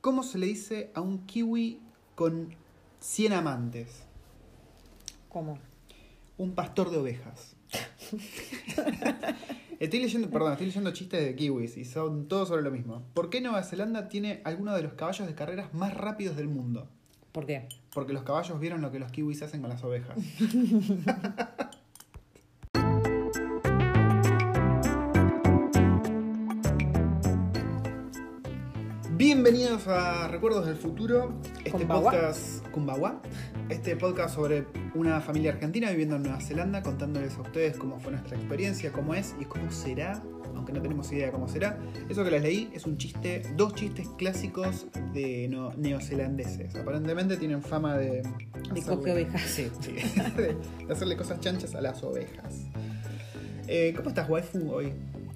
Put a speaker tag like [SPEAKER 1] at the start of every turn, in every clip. [SPEAKER 1] ¿Cómo se le dice a un kiwi con 100 amantes?
[SPEAKER 2] ¿Cómo?
[SPEAKER 1] Un pastor de ovejas. estoy leyendo, perdón, estoy leyendo chistes de kiwis y son todos sobre lo mismo. ¿Por qué Nueva Zelanda tiene alguno de los caballos de carreras más rápidos del mundo?
[SPEAKER 2] ¿Por qué?
[SPEAKER 1] Porque los caballos vieron lo que los kiwis hacen con las ovejas. Bienvenidos a Recuerdos del Futuro, este
[SPEAKER 2] Kumbawá.
[SPEAKER 1] podcast Kumbawá, este podcast sobre una familia argentina viviendo en Nueva Zelanda, contándoles a ustedes cómo fue nuestra experiencia, cómo es y cómo será, aunque no tenemos idea de cómo será. Eso que les leí es un chiste, dos chistes clásicos de no- neozelandeses. Aparentemente tienen fama de...
[SPEAKER 2] De
[SPEAKER 1] hacerle-
[SPEAKER 2] coge ovejas.
[SPEAKER 1] Sí, sí, de de hacerle cosas chanchas a las ovejas. Eh, ¿Cómo estás, waifu, hoy?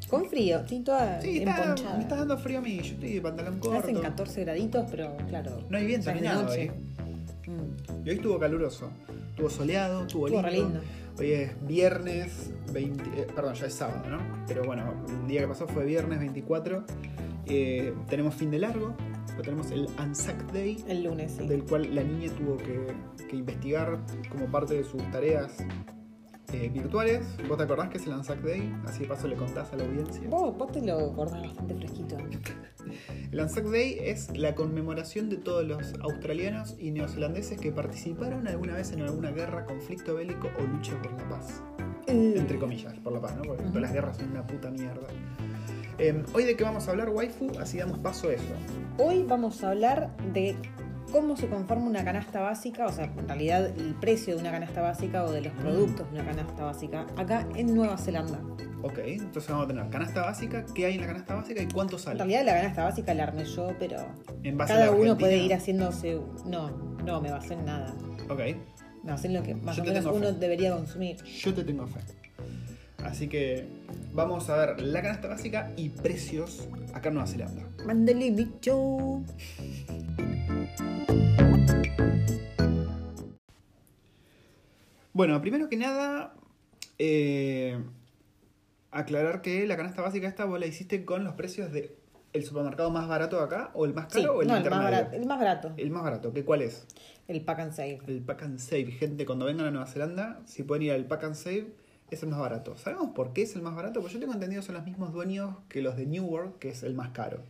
[SPEAKER 2] Con frío, estoy toda
[SPEAKER 1] Sí, está-
[SPEAKER 2] emponchada.
[SPEAKER 1] me estás dando frío a mí, yo estoy de pantalón corto.
[SPEAKER 2] Hacen 14 graditos, pero claro.
[SPEAKER 1] No hay viento
[SPEAKER 2] ya
[SPEAKER 1] ni
[SPEAKER 2] es de
[SPEAKER 1] nada ¿eh?
[SPEAKER 2] noche.
[SPEAKER 1] hoy.
[SPEAKER 2] Mm,
[SPEAKER 1] Y hoy estuvo caluroso. Estuvo soleado, estuvo,
[SPEAKER 2] estuvo re lindo.
[SPEAKER 1] Hoy es viernes 20. eh, perdón, ya es sábado, ¿no? Pero bueno, el día que pasó fue viernes 24. Eh, tenemos fin de largo. pero tenemos el Anzac Day,
[SPEAKER 2] El lunes, sí.
[SPEAKER 1] del cual la niña tuvo que, que investigar como parte de sus tareas eh, virtuales. ¿Vos te acordás que es el Anzac Day? Así de paso le contás a la audiencia.
[SPEAKER 2] Vos, vos te lo acordás bastante fresquito.
[SPEAKER 1] El Anzac Day es la conmemoración de todos los australianos y neozelandeses que participaron alguna vez en alguna guerra, conflicto bélico o lucha por la paz. Entre
[SPEAKER 2] Eh,
[SPEAKER 1] comillas, por la paz, ¿no? Porque
[SPEAKER 2] Ujú.
[SPEAKER 1] todas las guerras son una puta mierda. Eh, Hoy de qué vamos a hablar, waifu, así damos paso a eso.
[SPEAKER 2] Hoy vamos a hablar de cómo se conforma una canasta básica, o sea, en realidad el precio de una canasta básica o de los
[SPEAKER 1] Mm.
[SPEAKER 2] productos de una canasta básica acá en Nueva Zelanda.
[SPEAKER 1] Ok, entonces vamos a tener canasta básica, qué hay en la canasta básica y cuánto
[SPEAKER 2] En
[SPEAKER 1] sale.
[SPEAKER 2] realidad la canasta básica la armé yo, pero
[SPEAKER 1] En base a
[SPEAKER 2] cada
[SPEAKER 1] la
[SPEAKER 2] uno
[SPEAKER 1] Argentina.
[SPEAKER 2] puede ir haciéndose... un- No, no me basé en nada.
[SPEAKER 1] Ok,
[SPEAKER 2] Me basé en lo que más
[SPEAKER 1] Mm, Yo
[SPEAKER 2] o
[SPEAKER 1] te
[SPEAKER 2] menos
[SPEAKER 1] tengo fe.
[SPEAKER 2] uno debería consumir.
[SPEAKER 1] yo te tengo fe. Así que vamos a ver la canasta básica y precios acá en Nueva Zelanda.
[SPEAKER 2] Mandeli bicho.
[SPEAKER 1] Bueno, primero que nada, eh, aclarar que la canasta básica esta vos la hiciste con los precios de el supermercado más barato de acá, o el más caro,
[SPEAKER 2] Sí,
[SPEAKER 1] o el
[SPEAKER 2] no, el más,
[SPEAKER 1] intermedio.
[SPEAKER 2] barato, el más barato,
[SPEAKER 1] El más barato, ¿qué cuál es?
[SPEAKER 2] el pack and save.
[SPEAKER 1] El Pack and Save. Gente, cuando vengan a Nueva Zelanda, si pueden ir al Pack and Save, es el más barato. ¿Sabemos por qué es el más barato? Porque yo tengo entendido son los mismos dueños que los de New World, que es el más caro.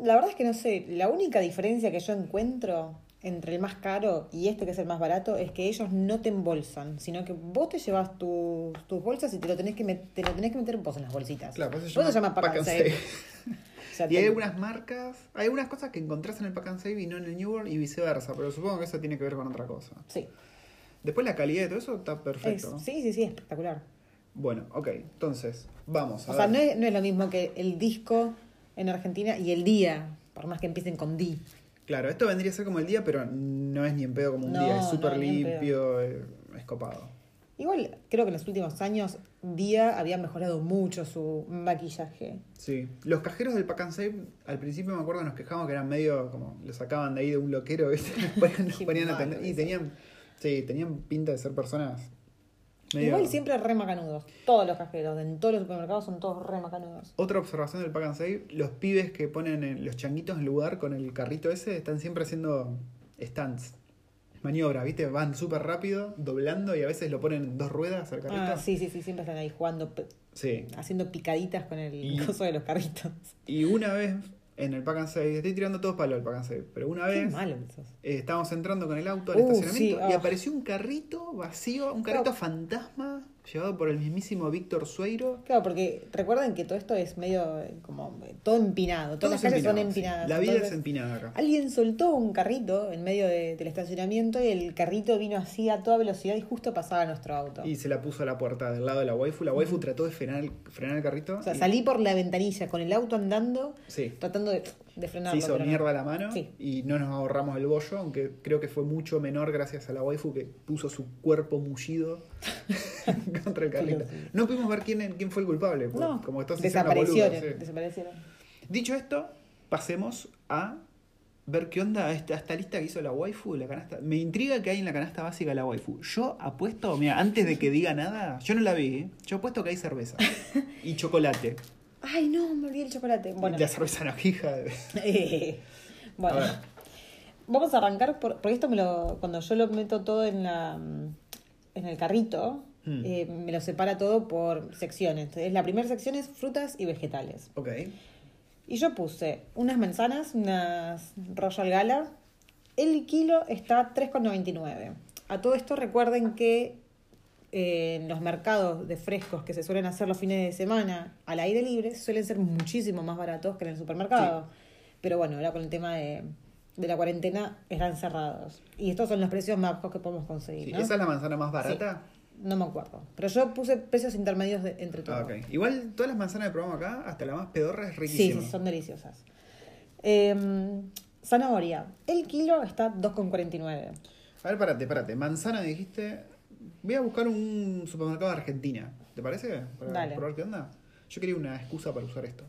[SPEAKER 2] La verdad es que no sé, la única diferencia que yo encuentro entre el más caro y este que es el más barato es que ellos no te embolsan, sino que vos te llevas tu- tus bolsas y te lo tenés que, met- te lo tenés que meter vos en las bolsitas.
[SPEAKER 1] Claro, por eso se
[SPEAKER 2] Por eso
[SPEAKER 1] llama Pack and Save.
[SPEAKER 2] O sea,
[SPEAKER 1] Y hay
[SPEAKER 2] te-
[SPEAKER 1] algunas marcas, hay algunas cosas que encontrás en el Pack and Save y no en el New World y viceversa, pero supongo que eso tiene que ver con otra cosa.
[SPEAKER 2] Sí,
[SPEAKER 1] Después la calidad de todo eso está
[SPEAKER 2] es-
[SPEAKER 1] perfecto.
[SPEAKER 2] sí, sí, sí, espectacular.
[SPEAKER 1] Bueno, ok, entonces, vamos. A
[SPEAKER 2] O sea,
[SPEAKER 1] ver.
[SPEAKER 2] no es, no es lo mismo que el disco en Argentina y el día, por más que empiecen con D.
[SPEAKER 1] Claro, esto vendría a ser como el día, pero no es ni en pedo como un
[SPEAKER 2] No,
[SPEAKER 1] día, es súper
[SPEAKER 2] no, ni en
[SPEAKER 1] limpio, eh, es copado.
[SPEAKER 2] Igual creo que en los últimos años Día había mejorado mucho su maquillaje.
[SPEAKER 1] Sí. Los cajeros del Pack and Save, al principio me acuerdo nos quejamos que eran medio como, los sacaban de ahí de un loquero, ¿viste? Nos ponían, nos
[SPEAKER 2] Qué
[SPEAKER 1] ponían a
[SPEAKER 2] malo
[SPEAKER 1] atender. Y
[SPEAKER 2] eso.
[SPEAKER 1] tenían, sí, tenían pinta de ser personas medio-
[SPEAKER 2] Igual siempre re macanudos. Todos los cajeros, en todos los supermercados son todos re macanudos.
[SPEAKER 1] Otra observación del Pack and Save, los pibes que ponen en- los changuitos en lugar con el carrito ese están siempre haciendo stands, maniobras, ¿viste? Van súper rápido, doblando y a veces lo ponen en dos ruedas al carrito.
[SPEAKER 2] Ah, sí, sí, sí, siempre están ahí jugando, pe-
[SPEAKER 1] Sí.
[SPEAKER 2] haciendo picaditas con el
[SPEAKER 1] Y-
[SPEAKER 2] coso de los carritos.
[SPEAKER 1] Y una vez en el Pack and Save, estoy tirando todos palos al Pack and Save, pero una
[SPEAKER 2] Qué
[SPEAKER 1] vez
[SPEAKER 2] malo que sos.
[SPEAKER 1] eh, estábamos entrando con el auto al
[SPEAKER 2] Uh,
[SPEAKER 1] estacionamiento
[SPEAKER 2] sí,
[SPEAKER 1] y
[SPEAKER 2] ah.
[SPEAKER 1] apareció un carrito vacío, un carrito
[SPEAKER 2] No.
[SPEAKER 1] fantasma llevado por el mismísimo Víctor Sueiro.
[SPEAKER 2] Claro, porque recuerden que todo esto es medio eh, como eh, todo empinado. Todas las
[SPEAKER 1] Todos
[SPEAKER 2] calles son
[SPEAKER 1] empinados, sí.
[SPEAKER 2] empinadas.
[SPEAKER 1] La vida es
[SPEAKER 2] Entonces,
[SPEAKER 1] empinada acá.
[SPEAKER 2] Alguien soltó un carrito en medio de- del estacionamiento y el carrito vino así a toda velocidad y justo pasaba nuestro auto.
[SPEAKER 1] Y se la puso a la puerta del lado de la waifu. La waifu trató de frenar el, frenar el carrito.
[SPEAKER 2] O sea,
[SPEAKER 1] y-
[SPEAKER 2] salí por la ventanilla con el auto andando,
[SPEAKER 1] Sí.
[SPEAKER 2] tratando de, de
[SPEAKER 1] Se
[SPEAKER 2] frenarlo.
[SPEAKER 1] hizo
[SPEAKER 2] pero no.
[SPEAKER 1] mierda la mano
[SPEAKER 2] Sí.
[SPEAKER 1] y no nos ahorramos el bollo, aunque creo que fue mucho menor gracias a la waifu que puso su cuerpo mullido contra el carrito.
[SPEAKER 2] Pelotudo.
[SPEAKER 1] No pudimos ver quién, quién fue el culpable, porque
[SPEAKER 2] No,
[SPEAKER 1] como estos se hicieron la boluda,
[SPEAKER 2] desaparecieron,
[SPEAKER 1] sí.
[SPEAKER 2] desaparecieron.
[SPEAKER 1] Dicho esto, pasemos a ver qué onda esta, esta lista que hizo la waifu, la canasta. Me intriga que hay en la canasta básica de la waifu. Yo apuesto, mira, antes de que diga nada, yo no la vi, ¿eh? yo apuesto que hay cerveza y chocolate.
[SPEAKER 2] Ay, no, me olvidé el chocolate. Bueno,
[SPEAKER 1] La cerveza en hija.
[SPEAKER 2] bueno.
[SPEAKER 1] A ver.
[SPEAKER 2] vamos a arrancar por, porque esto me lo, cuando yo lo meto todo en la en el carrito,
[SPEAKER 1] Hmm.
[SPEAKER 2] eh, me lo separa todo por secciones. Entonces, la primera sección es frutas y vegetales.
[SPEAKER 1] Ok.
[SPEAKER 2] Y yo puse unas manzanas, unas Royal Gala. El kilo está 3,99. A todo esto recuerden que eh, en los mercados de frescos que se suelen hacer los fines de semana al aire libre suelen ser muchísimo más baratos que en el supermercado. Pero bueno, ahora con el tema de, de la cuarentena están cerrados. Y estos son los precios más bajos que podemos conseguir.
[SPEAKER 1] Sí,
[SPEAKER 2] ¿no?
[SPEAKER 1] ¿Esa es la manzana más barata?
[SPEAKER 2] No me acuerdo. Pero yo puse precios intermedios de- entre todos.
[SPEAKER 1] Ah, ok. Igual todas las manzanas que probamos acá, hasta la más pedorra, es
[SPEAKER 2] Sí,
[SPEAKER 1] riquísima.
[SPEAKER 2] sí, son deliciosas. Eh, zanahoria. El kilo está 2,49.
[SPEAKER 1] A ver, parate, parate. Manzana dijiste. Voy a buscar un supermercado de Argentina. ¿Te parece? Para
[SPEAKER 2] Dale.
[SPEAKER 1] probar qué onda. Yo quería una excusa para usar esto.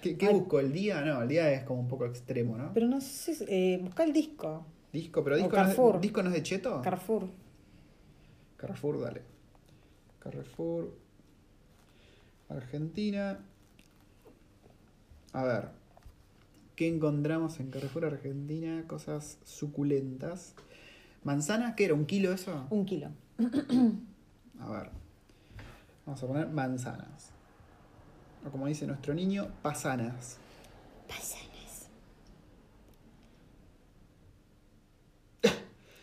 [SPEAKER 1] ¿Qué, qué
[SPEAKER 2] Ay.
[SPEAKER 1] busco? ¿El día? No, el día es como un poco extremo, ¿no?
[SPEAKER 2] Pero no sé, si- eh, busca el disco.
[SPEAKER 1] disco, pero
[SPEAKER 2] o
[SPEAKER 1] disco, no es,
[SPEAKER 2] Carrefour.
[SPEAKER 1] disco no es de cheto.
[SPEAKER 2] Carrefour.
[SPEAKER 1] Carrefour, dale. Carrefour. Argentina. A ver. ¿Qué encontramos en Carrefour Argentina? Cosas suculentas. ¿Manzana? ¿Qué era? ¿Un kilo eso?
[SPEAKER 2] Un kilo.
[SPEAKER 1] A ver. Vamos a poner manzanas. O como dice nuestro niño, pasanas.
[SPEAKER 2] Pasanas.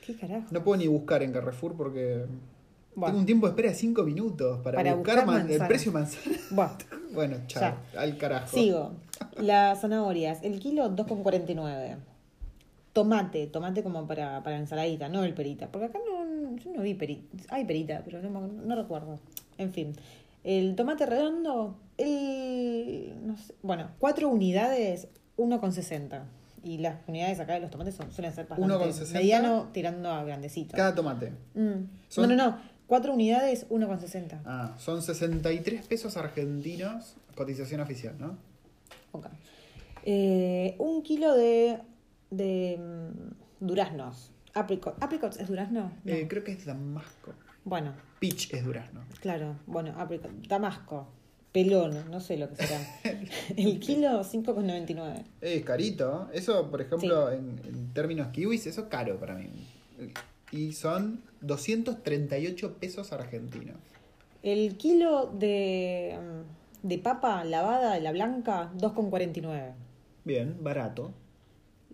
[SPEAKER 2] ¿Qué carajo?
[SPEAKER 1] No puedo ni buscar en Carrefour porque tengo
[SPEAKER 2] Bueno,
[SPEAKER 1] un tiempo de espera de 5 minutos para,
[SPEAKER 2] Para
[SPEAKER 1] buscar,
[SPEAKER 2] buscar
[SPEAKER 1] man- el
[SPEAKER 2] manzanas.
[SPEAKER 1] precio de manzana.
[SPEAKER 2] bueno,
[SPEAKER 1] Bueno, chao. Al carajo.
[SPEAKER 2] sigo. Las zanahorias. El kilo 2,49. Tomate, tomate como para, para ensaladita, no el perita. Porque acá no, yo no vi perita. Hay perita, pero no, me- no recuerdo. En fin. El tomate redondo, el. No sé, bueno, cuatro unidades, 1,60. Y las unidades acá de los tomates son- suelen ser bastante
[SPEAKER 1] 1,60.
[SPEAKER 2] mediano tirando a grandecito.
[SPEAKER 1] Cada tomate.
[SPEAKER 2] Mm.
[SPEAKER 1] Son-
[SPEAKER 2] No, no, no. Cuatro unidades, 1,60.
[SPEAKER 1] Ah, son 63 pesos argentinos, cotización oficial, ¿no?
[SPEAKER 2] Ok. Eh, un kilo de, de mm, duraznos. Apricot. ¿Apricots es durazno? No.
[SPEAKER 1] Eh, creo que es Damasco.
[SPEAKER 2] Bueno,
[SPEAKER 1] Peach es durazno.
[SPEAKER 2] claro. Bueno, apricot. Damasco. Pelón, no sé lo que será. El kilo 5,99.
[SPEAKER 1] Es carito. Eso, por ejemplo, en, en términos kiwis, eso es caro para mí. Y son 238 pesos argentinos.
[SPEAKER 2] El kilo de, mm, de papa lavada, la blanca, 2,49.
[SPEAKER 1] Bien, barato.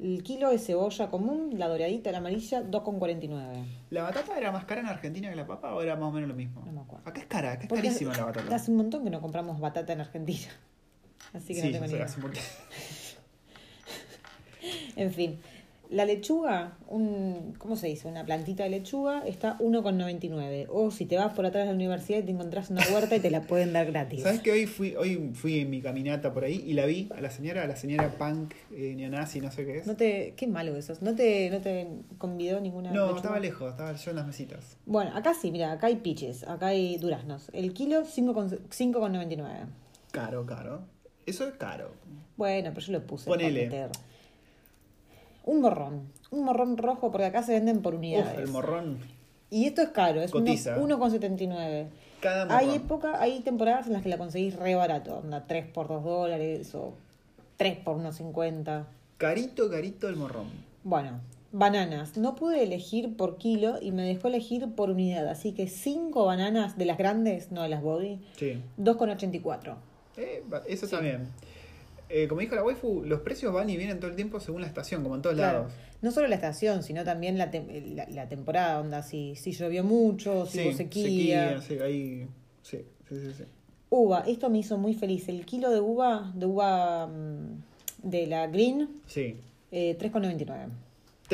[SPEAKER 2] El kilo de cebolla común, la doradita, la amarilla, 2,49.
[SPEAKER 1] ¿La batata era más cara en Argentina que la papa o era más o menos lo mismo?
[SPEAKER 2] No me acuerdo.
[SPEAKER 1] Acá es cara, acá Ah, es
[SPEAKER 2] Porque
[SPEAKER 1] carísima la batata.
[SPEAKER 2] Hace un montón que no compramos batata en Argentina. Así que
[SPEAKER 1] sí,
[SPEAKER 2] no tengo
[SPEAKER 1] o
[SPEAKER 2] ni
[SPEAKER 1] sea,
[SPEAKER 2] idea.
[SPEAKER 1] hace un montón.
[SPEAKER 2] En fin, la lechuga, un, ¿cómo se dice? Una plantita de lechuga está 1,99. O si te vas por atrás de la universidad y te encontrás una huerta y te la pueden dar gratis.
[SPEAKER 1] ¿Sabes que hoy fui, hoy fui en mi caminata por ahí y la vi a la señora, a la señora punk, eh, neonazi, no sé qué es?
[SPEAKER 2] No te, qué malo que sos. No te, no te convidó ninguna.
[SPEAKER 1] No,
[SPEAKER 2] lechuga?
[SPEAKER 1] estaba lejos, estaba yo en las mesitas.
[SPEAKER 2] Bueno, acá sí, mira, acá hay piches, acá hay duraznos. El kilo 5,99.
[SPEAKER 1] Caro, caro. Eso es caro.
[SPEAKER 2] Bueno, pero yo lo puse. por
[SPEAKER 1] Ponele.
[SPEAKER 2] meter. Un morrón. Un morrón rojo, porque acá se venden por
[SPEAKER 1] Uf,
[SPEAKER 2] unidades.
[SPEAKER 1] el morrón.
[SPEAKER 2] Y esto es caro, es uno-
[SPEAKER 1] Cotiza.
[SPEAKER 2] 1,79.
[SPEAKER 1] Cada morrón.
[SPEAKER 2] Hay época, hay temporadas en las que la conseguís re barato, onda 3 por 2 dólares o 3 por 1,50.
[SPEAKER 1] Carito, carito el morrón.
[SPEAKER 2] Bueno, bananas. No pude elegir por kilo y me dejó elegir por unidad, así que 5 bananas de las grandes, no de las body,
[SPEAKER 1] Sí.
[SPEAKER 2] 2,84.
[SPEAKER 1] Eh, va- eso también. Eh, como dijo la waifu, los precios van y vienen todo el tiempo según la estación, como en todos
[SPEAKER 2] Claro.
[SPEAKER 1] lados.
[SPEAKER 2] No solo la estación, sino también la, tem- la, la temporada, onda, si, si llovió mucho, si hubo sequía.
[SPEAKER 1] sí, ahí. Sí, sí, sí. sí.
[SPEAKER 2] Uva, esto me hizo muy feliz. El kilo de uva, de uva mm, de la green,
[SPEAKER 1] Sí.
[SPEAKER 2] eh, 3,99.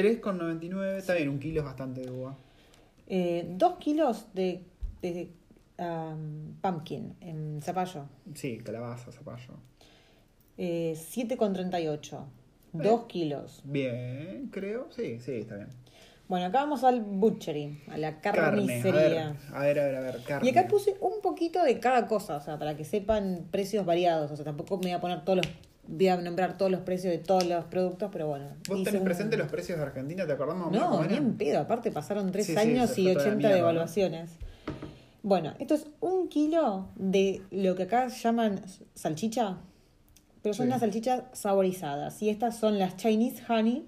[SPEAKER 1] 3,99, está bien, un kilo es bastante de uva.
[SPEAKER 2] Eh, dos kilos de, de, um, pumpkin en zapallo.
[SPEAKER 1] Sí, calabaza, zapallo.
[SPEAKER 2] Eh, 7,38. Dos kilos.
[SPEAKER 1] Bien, creo. Sí, sí, está bien.
[SPEAKER 2] Bueno, acá vamos al butchery, a la carnicería.
[SPEAKER 1] A ver, a ver, a ver, a ver, carne.
[SPEAKER 2] Y acá puse un poquito de cada cosa, o sea, para que sepan precios variados. O sea, tampoco me voy a poner todos los. Voy a nombrar todos los precios de todos los productos, pero bueno.
[SPEAKER 1] ¿Vos
[SPEAKER 2] hice
[SPEAKER 1] tenés
[SPEAKER 2] un-
[SPEAKER 1] presente los precios de Argentina? ¿Te acordás más o menos
[SPEAKER 2] No,
[SPEAKER 1] cómo
[SPEAKER 2] ni
[SPEAKER 1] eran?
[SPEAKER 2] en pedo. Aparte pasaron tres
[SPEAKER 1] Sí, sí,
[SPEAKER 2] años
[SPEAKER 1] se
[SPEAKER 2] y
[SPEAKER 1] fue toda la
[SPEAKER 2] 80
[SPEAKER 1] mierda, ¿no?
[SPEAKER 2] devaluaciones. Bueno, esto es un kilo de lo que acá llaman salchicha, pero son
[SPEAKER 1] Sí.
[SPEAKER 2] las salchichas saborizadas. Y estas son las Chinese Honey.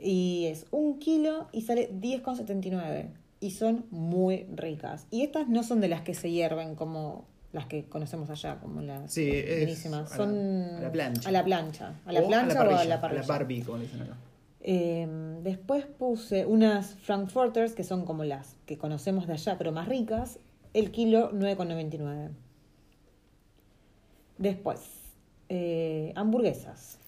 [SPEAKER 2] Y es un kilo y sale 10,79. Y son muy ricas. Y estas no son de las que se hierven como las que conocemos allá, como las
[SPEAKER 1] Sí, es
[SPEAKER 2] buenísimas.
[SPEAKER 1] a la-
[SPEAKER 2] Son
[SPEAKER 1] a la plancha.
[SPEAKER 2] A la plancha. A la
[SPEAKER 1] O
[SPEAKER 2] plancha o a la
[SPEAKER 1] parrilla,
[SPEAKER 2] parrilla.
[SPEAKER 1] A la Barbie, como le dicen acá.
[SPEAKER 2] Eh, después puse unas Frankfurters, que son como las que conocemos de allá, pero más ricas, el kilo 9,99. Después, eh, hamburguesas.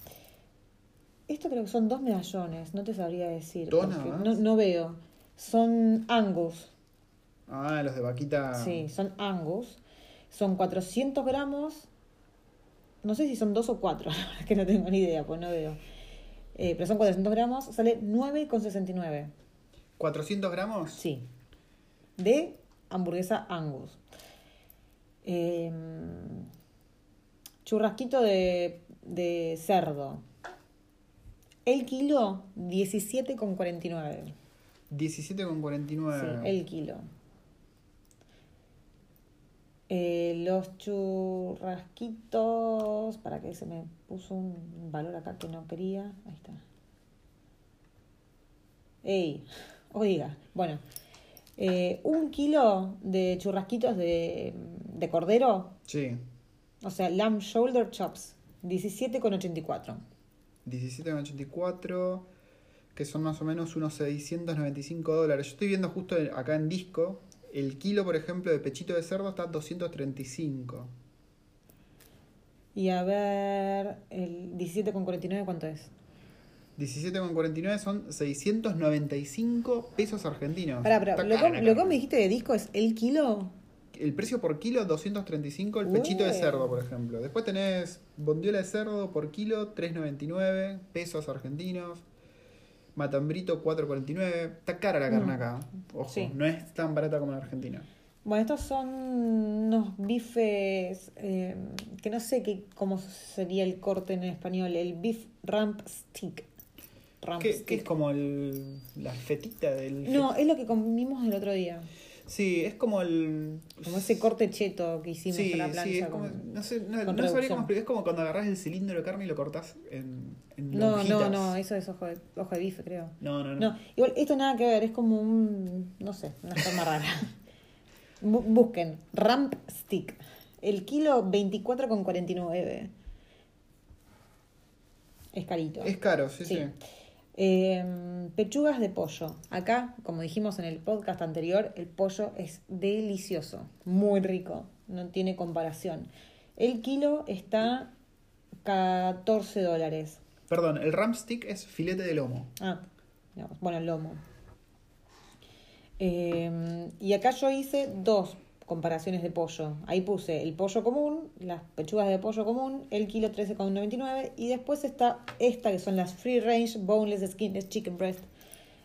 [SPEAKER 2] Esto creo que son dos medallones, no te sabría decir.
[SPEAKER 1] ¿Dos
[SPEAKER 2] porque
[SPEAKER 1] nada más?
[SPEAKER 2] no, no veo. Son Angus,
[SPEAKER 1] Ah, los de vaquita.
[SPEAKER 2] sí, son Angus. Son 400 gramos. No sé si son dos o cuatro, la verdad es que no tengo ni idea, pues no veo. Eh, pero son 400 gramos, sale 9,69.
[SPEAKER 1] 400 gramos.
[SPEAKER 2] Sí. De hamburguesa Angus. Eh, churrasquito de, de cerdo. El kilo, 17,49.
[SPEAKER 1] 17,49.
[SPEAKER 2] Sí, el kilo. Eh, los churrasquitos. Para que se me puso un valor acá que no quería. Ahí está. Ey, oiga. Bueno, eh, un kilo de churrasquitos de, de cordero,
[SPEAKER 1] Sí,
[SPEAKER 2] o sea, lamb shoulder chops, 17,84.
[SPEAKER 1] 17,84. Que son más o menos unos 695 dólares. Yo estoy viendo justo en- acá en disco. El kilo, por ejemplo, de pechito de cerdo está a 235.
[SPEAKER 2] Y a ver, el 17,49, ¿cuánto es?
[SPEAKER 1] 17,49 son 695 pesos argentinos.
[SPEAKER 2] Pará, pará,
[SPEAKER 1] Está
[SPEAKER 2] lo,
[SPEAKER 1] cara,
[SPEAKER 2] com-
[SPEAKER 1] cara.
[SPEAKER 2] lo que vos me dijiste de disco es el kilo.
[SPEAKER 1] El precio por kilo 235, el pechito de
[SPEAKER 2] Ué.
[SPEAKER 1] cerdo, por ejemplo. Después tenés bondiola de cerdo por kilo 3.99 pesos argentinos. Matambrito 4.49. Está cara la carne
[SPEAKER 2] Mm.
[SPEAKER 1] acá. Ojo,
[SPEAKER 2] Sí.
[SPEAKER 1] no es tan barata como en Argentina.
[SPEAKER 2] Bueno, estos son unos bifes eh, que no sé qué, cómo sería el corte en español, el beef ramp stick. Ramp
[SPEAKER 1] Que,
[SPEAKER 2] stick.
[SPEAKER 1] que es como el- la fetita del...
[SPEAKER 2] No, es lo que comimos el otro día.
[SPEAKER 1] Sí, es como el...
[SPEAKER 2] Como ese corte cheto que hicimos
[SPEAKER 1] Sí,
[SPEAKER 2] en la plancha.
[SPEAKER 1] sí, es como,
[SPEAKER 2] con-
[SPEAKER 1] no sé, no,
[SPEAKER 2] con
[SPEAKER 1] no sabría
[SPEAKER 2] reducción.
[SPEAKER 1] cómo explicar, es como cuando agarrás el cilindro de carne y lo cortás en, en
[SPEAKER 2] No, no,
[SPEAKER 1] lonjitas.
[SPEAKER 2] no, eso es ojo de, ojo de bife, creo.
[SPEAKER 1] No, no, no.
[SPEAKER 2] No, igual esto nada que ver, es como un, no sé, una forma rara. Bu- busquen, ramp stick, el kilo 24,49. Es carito.
[SPEAKER 1] Es caro, sí,
[SPEAKER 2] Sí.
[SPEAKER 1] sí.
[SPEAKER 2] Eh, pechugas de pollo. Acá, como dijimos en el podcast anterior, el pollo es delicioso, muy rico, no tiene comparación. El kilo está 14 dólares.
[SPEAKER 1] Perdón, el ramp stick es filete de lomo.
[SPEAKER 2] Ah, no, bueno, el lomo. Eh, y acá yo hice dos comparaciones de pollo. Ahí puse el pollo común, las pechugas de pollo común, el kilo 13,99 y después está esta que son las free range boneless skinless chicken breast,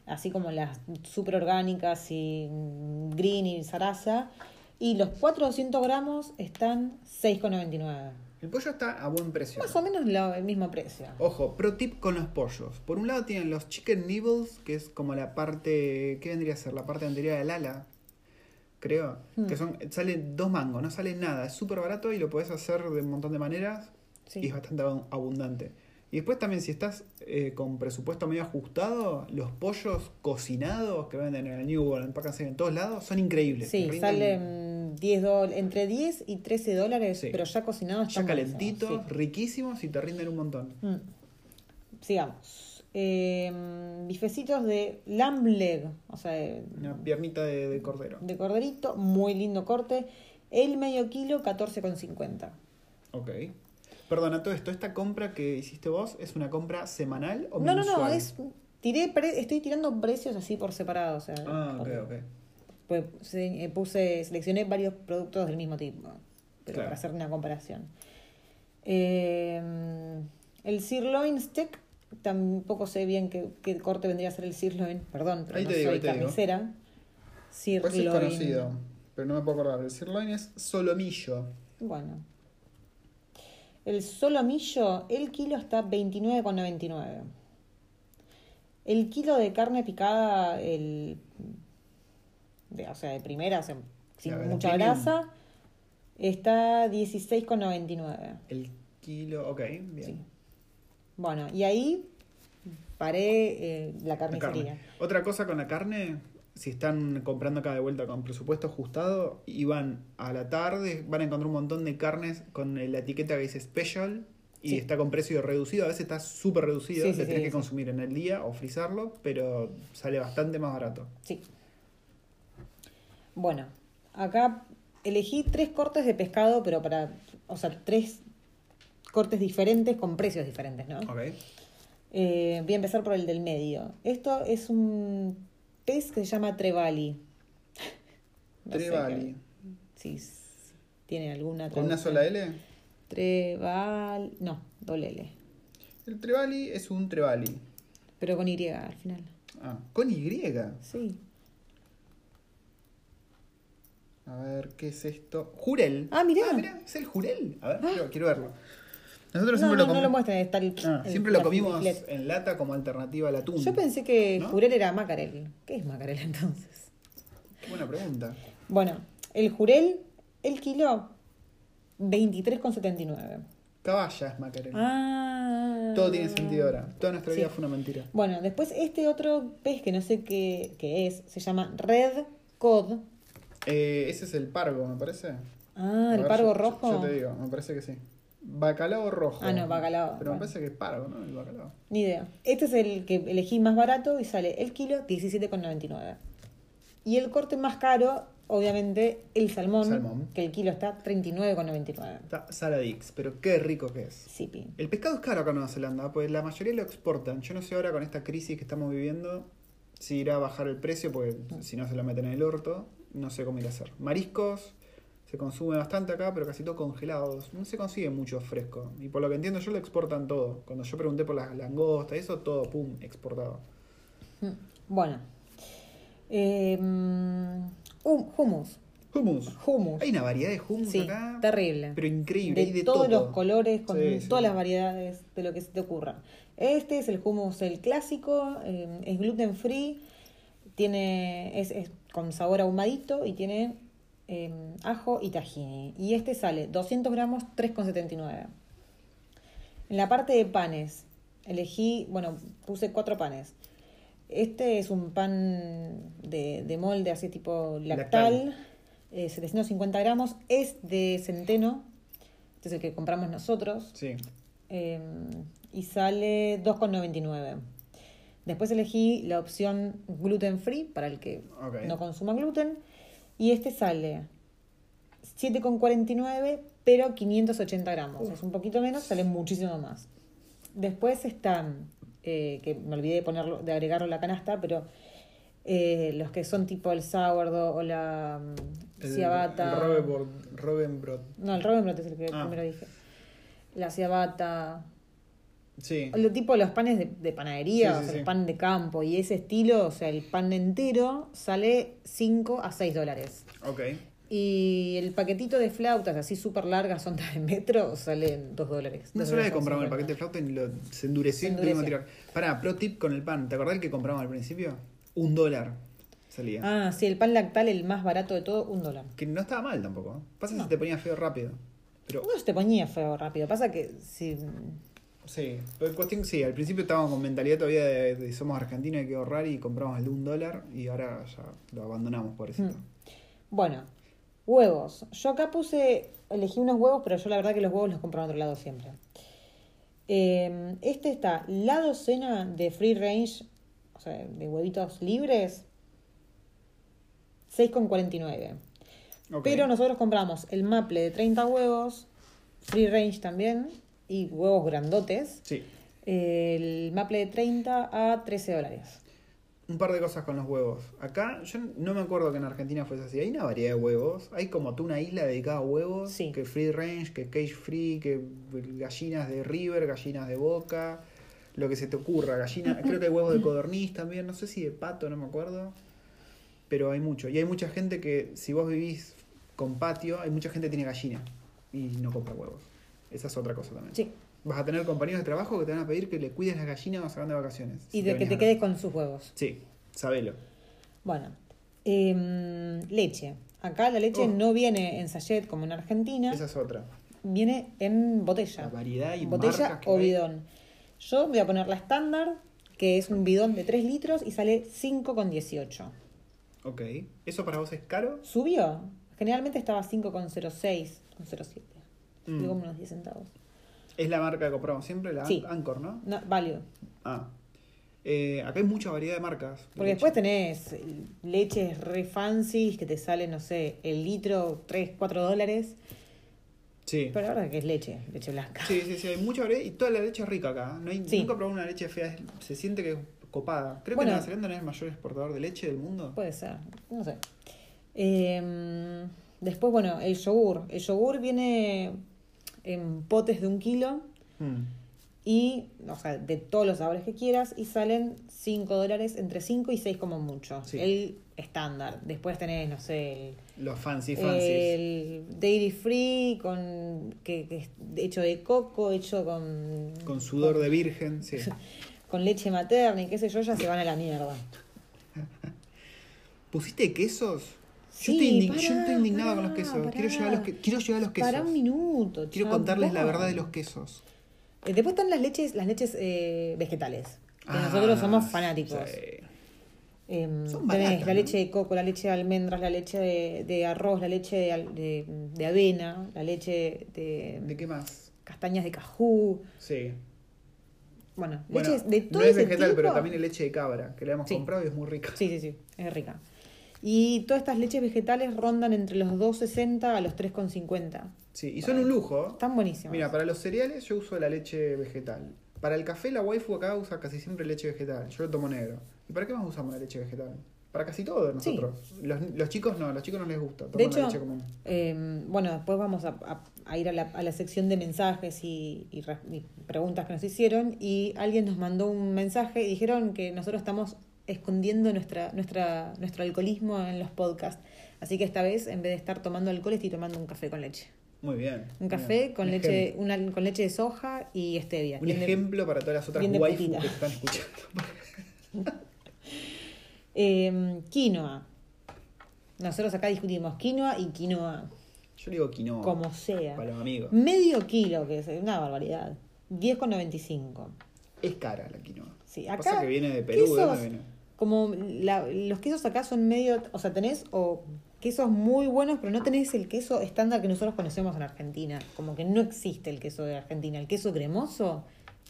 [SPEAKER 2] así como las super orgánicas y mm, green y zaraza. Y los 400 gramos están 6,99.
[SPEAKER 1] El pollo está a buen precio.
[SPEAKER 2] Más o menos lo- el mismo precio.
[SPEAKER 1] Ojo, pro tip con los pollos. Por un lado tienen los chicken nibbles, que es como la parte, ¿qué vendría a ser? La parte anterior del ala, creo.
[SPEAKER 2] Hmm.
[SPEAKER 1] Que son, salen dos mangos, no sale nada. Es súper barato y lo podés hacer de un montón de maneras
[SPEAKER 2] Sí.
[SPEAKER 1] y es bastante abu- abundante. Y después también si estás eh, con presupuesto medio ajustado, los pollos cocinados que venden en el New World, en Pack and Save, en todos lados, son increíbles.
[SPEAKER 2] Sí,
[SPEAKER 1] Rinden-
[SPEAKER 2] salen 10 dólares, entre 10 y 13 dólares,
[SPEAKER 1] Sí.
[SPEAKER 2] pero ya cocinados
[SPEAKER 1] ya
[SPEAKER 2] están buenísimos,
[SPEAKER 1] calentitos, riquísimos y te rinden un montón.
[SPEAKER 2] sí. Mm. Sigamos. Eh, bifecitos de lamb leg, o sea, de,
[SPEAKER 1] Una piernita de, de cordero.
[SPEAKER 2] de corderito, muy lindo corte. El medio kilo, 14,50.
[SPEAKER 1] Ok. Perdona, todo esto, ¿esta compra que hiciste vos es una compra semanal o
[SPEAKER 2] No, no,
[SPEAKER 1] Oh, mensual?
[SPEAKER 2] no, es, tiré pre- estoy tirando precios así por separado. O sea,
[SPEAKER 1] Ah, ok,
[SPEAKER 2] por-
[SPEAKER 1] ok.
[SPEAKER 2] pues se- eh, puse, seleccioné varios productos del mismo tipo, pero
[SPEAKER 1] Claro.
[SPEAKER 2] para hacer una comparación. Eh, el sirloin steak, tampoco sé bien qué, qué corte vendría a ser el sirloin, perdón, pero
[SPEAKER 1] Ahí
[SPEAKER 2] no
[SPEAKER 1] te digo,
[SPEAKER 2] soy
[SPEAKER 1] ahí te digo.
[SPEAKER 2] carnicera.
[SPEAKER 1] Pues es
[SPEAKER 2] Sirloin.
[SPEAKER 1] conocido, pero no me puedo acordar. El sirloin es solomillo.
[SPEAKER 2] Bueno. El solomillo, el kilo está 29,99. El kilo de carne picada, el. de- o sea, de primera, o sea,
[SPEAKER 1] La
[SPEAKER 2] sin
[SPEAKER 1] verdad,
[SPEAKER 2] mucha
[SPEAKER 1] premium.
[SPEAKER 2] grasa. Está 16,99.
[SPEAKER 1] El kilo, ok, bien.
[SPEAKER 2] Sí. Bueno, y ahí paré eh, la
[SPEAKER 1] La
[SPEAKER 2] carnicería.
[SPEAKER 1] carne. Otra cosa con la carne, si están comprando acá de vuelta con presupuesto ajustado y van a la tarde, van a encontrar un montón de carnes con la etiqueta que dice special y
[SPEAKER 2] Sí.
[SPEAKER 1] está con precio reducido. A veces está súper reducido,
[SPEAKER 2] Sí,
[SPEAKER 1] te
[SPEAKER 2] sí,
[SPEAKER 1] tenés
[SPEAKER 2] sí,
[SPEAKER 1] que
[SPEAKER 2] sí.
[SPEAKER 1] consumir en el día o frizarlo, pero sale bastante más barato.
[SPEAKER 2] Sí. Bueno, acá elegí tres cortes de pescado, pero para. O sea, tres cortes diferentes con precios diferentes, ¿no?
[SPEAKER 1] Ok.
[SPEAKER 2] Eh, voy a empezar por el del medio. Esto es un pez que se llama Trevali. No sé qué-
[SPEAKER 1] Trevally.
[SPEAKER 2] Sí, s- tiene alguna
[SPEAKER 1] ¿Con una
[SPEAKER 2] traducción.
[SPEAKER 1] sola L?
[SPEAKER 2] Trevali. No, doble L.
[SPEAKER 1] El trevali es un trevali.
[SPEAKER 2] Pero con Y al final.
[SPEAKER 1] Ah, con Y.
[SPEAKER 2] Sí.
[SPEAKER 1] A ver, ¿qué es esto? Jurel.
[SPEAKER 2] Ah, mirá. Ah.
[SPEAKER 1] es el jurel. A ver, quiero, quiero verlo. Nosotros
[SPEAKER 2] no,
[SPEAKER 1] siempre lo
[SPEAKER 2] no, no lo
[SPEAKER 1] comemos.
[SPEAKER 2] muestran, está el-
[SPEAKER 1] Ah,
[SPEAKER 2] el-
[SPEAKER 1] siempre lo
[SPEAKER 2] la-
[SPEAKER 1] comimos
[SPEAKER 2] el-
[SPEAKER 1] en lata como alternativa al atún.
[SPEAKER 2] Yo pensé que
[SPEAKER 1] ¿No?
[SPEAKER 2] jurel era macarel. ¿Qué es macarel entonces?
[SPEAKER 1] Qué buena pregunta.
[SPEAKER 2] Bueno, el jurel, el kilo, 23,79.
[SPEAKER 1] Caballas, Macarena.
[SPEAKER 2] Ah.
[SPEAKER 1] Todo tiene sentido ahora. Toda nuestra vida
[SPEAKER 2] Sí.
[SPEAKER 1] fue una mentira.
[SPEAKER 2] Bueno, después este otro pez que no sé qué, qué es, se llama Red Cod.
[SPEAKER 1] Eh, ese es el pargo, me parece.
[SPEAKER 2] Ah,
[SPEAKER 1] A
[SPEAKER 2] el
[SPEAKER 1] ver,
[SPEAKER 2] pargo
[SPEAKER 1] yo- yo-
[SPEAKER 2] rojo.
[SPEAKER 1] Yo, te digo, me parece que sí. Bacalao rojo.
[SPEAKER 2] Ah, no, bacalao,
[SPEAKER 1] Pero
[SPEAKER 2] bueno.
[SPEAKER 1] me parece que es pargo, ¿no? El bacalao.
[SPEAKER 2] Ni idea. Este es el que elegí más barato y sale el kilo 17,99. Y el corte más caro, obviamente, el salmón,
[SPEAKER 1] Salmón.
[SPEAKER 2] que el kilo está 39,99.
[SPEAKER 1] Está Saladix, pero qué rico que es.
[SPEAKER 2] Sipi.
[SPEAKER 1] El pescado es caro acá en Nueva Zelanda, pues la mayoría lo exportan. Yo no sé ahora con esta crisis que estamos viviendo si irá a bajar el precio, porque si no se lo meten en el orto, no sé cómo irá a ser. Mariscos se consume bastante acá, pero casi todo congelados. No se consigue mucho fresco. Y por lo que entiendo yo lo exportan todo. Cuando yo pregunté por las langostas, y eso todo, pum, exportado.
[SPEAKER 2] Mm. Bueno. Eh, mm, hum- hummus.
[SPEAKER 1] Hummus.
[SPEAKER 2] Hummus.
[SPEAKER 1] Hay una variedad de hummus
[SPEAKER 2] Sí,
[SPEAKER 1] acá,
[SPEAKER 2] terrible.
[SPEAKER 1] pero increíble.
[SPEAKER 2] de,
[SPEAKER 1] hay de
[SPEAKER 2] todos
[SPEAKER 1] todo.
[SPEAKER 2] los colores, con
[SPEAKER 1] Sí, sí.
[SPEAKER 2] todas las variedades de lo que se te ocurra. Este es el hummus, el clásico, eh, es gluten free, tiene, es, es con sabor ahumadito y tiene eh, ajo y tahini. Y este sale 200 gramos, 3,79. En la parte de panes, elegí, bueno, puse cuatro panes. Este es un pan de, de molde, así tipo lactal,
[SPEAKER 1] Lactal.
[SPEAKER 2] eh, 750 gramos, es de centeno, este es el que compramos nosotros,
[SPEAKER 1] Sí.
[SPEAKER 2] eh, y sale 2,99. Después elegí la opción gluten free, para el que
[SPEAKER 1] Ok.
[SPEAKER 2] no consuma gluten, y este sale 7,49, pero 580 gramos.
[SPEAKER 1] Uf.
[SPEAKER 2] Es un poquito menos, sale muchísimo más. Después están, eh, que me olvidé de, ponerlo, de agregarlo a la canasta, pero eh, los que son tipo el sourdough o la mm,
[SPEAKER 1] El-
[SPEAKER 2] ciabatta.
[SPEAKER 1] el Rovenbrod- Rovenbrod.
[SPEAKER 2] No, el Robin es el que
[SPEAKER 1] Ah.
[SPEAKER 2] primero dije. La ciabatta.
[SPEAKER 1] Sí.
[SPEAKER 2] Lo tipo los panes de, de panadería,
[SPEAKER 1] Sí,
[SPEAKER 2] o
[SPEAKER 1] sí,
[SPEAKER 2] sea, el
[SPEAKER 1] sí.
[SPEAKER 2] pan de campo y ese estilo, o sea, el pan entero sale 5 a 6 dólares.
[SPEAKER 1] Ok.
[SPEAKER 2] Y el paquetito de flautas, así súper largas, son de metro, salen 2 dólares.
[SPEAKER 1] No
[SPEAKER 2] Dos
[SPEAKER 1] se había
[SPEAKER 2] dólares
[SPEAKER 1] que compramos el
[SPEAKER 2] 50.
[SPEAKER 1] paquete de flauta y lo, se endureció
[SPEAKER 2] Se
[SPEAKER 1] y tuvimos que
[SPEAKER 2] endureció.
[SPEAKER 1] tirar. Pará, pro tip con el pan. ¿Te acordás el que compramos al principio? Un dólar salía.
[SPEAKER 2] Ah, sí, el pan lactal, el más barato de todo, un dólar.
[SPEAKER 1] Que no estaba mal tampoco. ¿eh? Pasa
[SPEAKER 2] No.
[SPEAKER 1] si te ponía feo rápido. Pero
[SPEAKER 2] No se te ponía feo rápido, pasa que si...
[SPEAKER 1] sí, pero cuestión sí, al principio estábamos con mentalidad todavía de, de somos argentinos, hay que ahorrar y compramos el de un dólar y ahora ya lo abandonamos, pobrecito.
[SPEAKER 2] Bueno, huevos. Yo acá puse, elegí unos huevos, pero yo la verdad que los huevos los compro en otro lado siempre. Eh, este está, la docena de free range, o sea, de huevitos libres, 6,49.
[SPEAKER 1] Ok.
[SPEAKER 2] Mm. Pero nosotros compramos el maple de 30 huevos, free range también, y huevos grandotes.
[SPEAKER 1] Sí.
[SPEAKER 2] El maple de 30 a 13 dólares.
[SPEAKER 1] Un par de cosas con los huevos. Acá, yo no me acuerdo que en Argentina fuese así. Hay una variedad de huevos. Hay como tú una isla dedicada a huevos.
[SPEAKER 2] Sí.
[SPEAKER 1] Que free range, que cage free, que gallinas de river, gallinas de boca. Lo que se te ocurra. Gallina, creo que hay huevos de codorniz también. No sé si de pato, no me acuerdo. Pero hay mucho. Y hay mucha gente que, si vos vivís con patio, hay mucha gente que tiene gallina. Y no compra huevos. Esa es otra cosa también.
[SPEAKER 2] Sí.
[SPEAKER 1] Vas a tener compañeros de trabajo que te van a pedir que le cuides las gallinas cuando se van de vacaciones.
[SPEAKER 2] Y
[SPEAKER 1] si
[SPEAKER 2] de que
[SPEAKER 1] venís
[SPEAKER 2] te
[SPEAKER 1] acá.
[SPEAKER 2] quedes con sus huevos.
[SPEAKER 1] Sí, sabelo.
[SPEAKER 2] Bueno, em, leche. Acá la leche
[SPEAKER 1] Oh.
[SPEAKER 2] no viene en sachet como en Argentina,
[SPEAKER 1] Esa es otra.
[SPEAKER 2] viene en botella.
[SPEAKER 1] La variedad y marcas
[SPEAKER 2] botella
[SPEAKER 1] que
[SPEAKER 2] o
[SPEAKER 1] hay.
[SPEAKER 2] bidón. Yo voy a poner la estándar, que es un bidón de 3 litros y sale 5,18.
[SPEAKER 1] Ok. ¿Eso para vos es caro?
[SPEAKER 2] ¿Subió? Generalmente estaba 5,06, 0,7.
[SPEAKER 1] Mm.
[SPEAKER 2] Digo como unos 10 centavos.
[SPEAKER 1] Es la marca que compramos siempre, la An-
[SPEAKER 2] Sí.
[SPEAKER 1] Anchor, ¿no?
[SPEAKER 2] No, válido.
[SPEAKER 1] Ah. Eh, acá hay mucha variedad de marcas. de
[SPEAKER 2] Porque
[SPEAKER 1] leche.
[SPEAKER 2] después tenés leches re fancy que te salen, no sé, el litro 3, 4 dólares.
[SPEAKER 1] Sí.
[SPEAKER 2] Pero la verdad que es leche, leche blanca.
[SPEAKER 1] Sí, sí, sí, hay mucha variedad y toda la leche es rica acá. ¿eh? No hay,
[SPEAKER 2] Sí.
[SPEAKER 1] Nunca probé una leche fea, es- se siente que es copada. Creo
[SPEAKER 2] Bueno. Pues-
[SPEAKER 1] que Nueva Zelanda no es el mayor exportador de leche del mundo.
[SPEAKER 2] Puede ser, no sé. Eh, después, bueno, el yogur. El yogur viene en potes de un kilo
[SPEAKER 1] Hmm.
[SPEAKER 2] y, o sea, de todos los sabores que quieras y salen 5 dólares, entre 5 y 6 como mucho.
[SPEAKER 1] Sí.
[SPEAKER 2] El estándar. Después tenés, no sé, el,
[SPEAKER 1] Los fancy fancies.
[SPEAKER 2] el dairy free con que, que es hecho de coco, hecho con,
[SPEAKER 1] Con sudor de virgen, sí.
[SPEAKER 2] con leche materna y qué sé yo, ya se van a la mierda.
[SPEAKER 1] ¿Pusiste quesos?
[SPEAKER 2] Sí,
[SPEAKER 1] yo, estoy indi-
[SPEAKER 2] pará,
[SPEAKER 1] yo estoy indignado con los
[SPEAKER 2] pará,
[SPEAKER 1] quesos.
[SPEAKER 2] pará.
[SPEAKER 1] Quiero, llegar a los que- quiero llegar a los quesos.
[SPEAKER 2] Para un minuto.
[SPEAKER 1] Quiero
[SPEAKER 2] chabón.
[SPEAKER 1] contarles la verdad de los quesos.
[SPEAKER 2] Eh, Después están las leches, las leches eh, vegetales. Que
[SPEAKER 1] Ah,
[SPEAKER 2] nosotros somos fanáticos.
[SPEAKER 1] sí.
[SPEAKER 2] Em,
[SPEAKER 1] Son
[SPEAKER 2] tenés
[SPEAKER 1] baratas,
[SPEAKER 2] la
[SPEAKER 1] ¿no?
[SPEAKER 2] leche de coco, la leche de almendras, la leche de, de arroz, la leche de, al- de- de avena, la leche de,
[SPEAKER 1] ¿De qué más?
[SPEAKER 2] castañas de cajú.
[SPEAKER 1] Sí.
[SPEAKER 2] Bueno,
[SPEAKER 1] Bueno,
[SPEAKER 2] leches de todo
[SPEAKER 1] no es
[SPEAKER 2] ese
[SPEAKER 1] vegetal,
[SPEAKER 2] tipo.
[SPEAKER 1] pero también es leche de cabra, que la hemos
[SPEAKER 2] Sí.
[SPEAKER 1] comprado y es muy rica.
[SPEAKER 2] Sí, sí, sí, es rica. Y todas estas leches vegetales rondan entre los 2,60 a los 3,50.
[SPEAKER 1] Sí, y son un lujo.
[SPEAKER 2] Están buenísimas.
[SPEAKER 1] Mira, para los cereales yo uso la leche vegetal. Para el café la waifu acá usa casi siempre leche vegetal. Yo lo tomo negro. ¿Y para qué más usamos la leche vegetal? Para casi todo
[SPEAKER 2] Sí.
[SPEAKER 1] nosotros. Los, los chicos no, los chicos no les gusta. Toman
[SPEAKER 2] De hecho,
[SPEAKER 1] la leche común.
[SPEAKER 2] eh, bueno, después vamos a, a- a ir a la, a la sección de mensajes y, y re- y preguntas que nos hicieron. Y alguien nos mandó un mensaje y dijeron que nosotros estamos escondiendo nuestra, nuestra, nuestro alcoholismo en los podcasts. Así que esta vez, en vez de estar tomando alcohol, estoy tomando un café con leche.
[SPEAKER 1] Muy bien.
[SPEAKER 2] Un
[SPEAKER 1] muy
[SPEAKER 2] café
[SPEAKER 1] bien.
[SPEAKER 2] con
[SPEAKER 1] Un
[SPEAKER 2] leche,
[SPEAKER 1] ejemplo.
[SPEAKER 2] una, con leche de soja y stevia.
[SPEAKER 1] Un
[SPEAKER 2] Bien de-
[SPEAKER 1] ejemplo para todas las otras
[SPEAKER 2] bien de
[SPEAKER 1] waifu
[SPEAKER 2] putita.
[SPEAKER 1] que te están escuchando.
[SPEAKER 2] Eh, quinoa. Nosotros acá discutimos quinoa y quinoa,
[SPEAKER 1] Yo digo quinoa.
[SPEAKER 2] como sea.
[SPEAKER 1] Para los amigos.
[SPEAKER 2] Medio kilo, que es una barbaridad. 10,95.
[SPEAKER 1] Es cara la quinoa.
[SPEAKER 2] Sí,
[SPEAKER 1] Pasa
[SPEAKER 2] acá.
[SPEAKER 1] que viene de Perú, ¿de dónde viene?
[SPEAKER 2] Como la- los quesos acá son medio. O sea, tenés o quesos muy buenos, pero no tenés el queso estándar que nosotros conocemos en Argentina. Como que no existe el queso de Argentina. El queso cremoso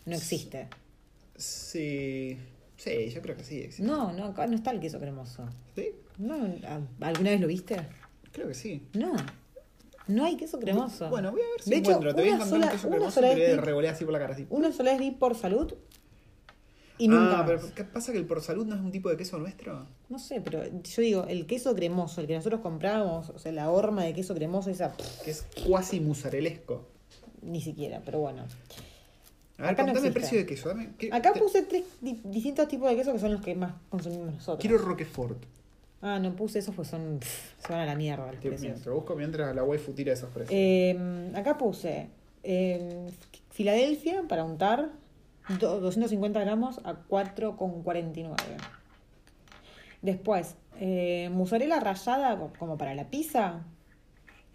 [SPEAKER 2] no existe.
[SPEAKER 1] Sí. Sí, yo creo que sí existe.
[SPEAKER 2] No, no, acá no está el queso cremoso.
[SPEAKER 1] ¿Sí?
[SPEAKER 2] No, ¿a- ¿Alguna vez lo viste?
[SPEAKER 1] Creo que sí.
[SPEAKER 2] No. No hay queso cremoso.
[SPEAKER 1] Bueno, voy a ver si
[SPEAKER 2] De hecho,
[SPEAKER 1] encuentro. Te voy a
[SPEAKER 2] una
[SPEAKER 1] encontrar un
[SPEAKER 2] sola-
[SPEAKER 1] queso
[SPEAKER 2] una
[SPEAKER 1] cremoso y
[SPEAKER 2] sola
[SPEAKER 1] te voy a
[SPEAKER 2] vez-
[SPEAKER 1] revolear así por la cara. Así.
[SPEAKER 2] Una sola vez vi por salud y nunca.
[SPEAKER 1] ah, pero
[SPEAKER 2] más.
[SPEAKER 1] ¿qué pasa que el por salud no es un tipo de queso nuestro?
[SPEAKER 2] No sé, pero yo digo, el queso cremoso, el que nosotros compramos, o sea, la horma de queso cremoso, esa, pff,
[SPEAKER 1] Que es cuasi musarelesco.
[SPEAKER 2] ni siquiera, pero bueno.
[SPEAKER 1] A ver,
[SPEAKER 2] Acá no
[SPEAKER 1] contame el
[SPEAKER 2] existe.
[SPEAKER 1] precio de queso. Dame, que-
[SPEAKER 2] Acá
[SPEAKER 1] te-
[SPEAKER 2] puse tres di- distintos tipos de queso que son los que más consumimos nosotros.
[SPEAKER 1] Quiero Roquefort.
[SPEAKER 2] Ah, no puse esos pues son, pff, se van a la mierda los
[SPEAKER 1] Te,
[SPEAKER 2] precios.
[SPEAKER 1] mientras busco mientras la waifu tira esos precios.
[SPEAKER 2] Eh, acá puse eh, Filadelfia para untar, do- 250 gramos a 4,49. Después, eh, mozzarella rallada co- como para la pizza,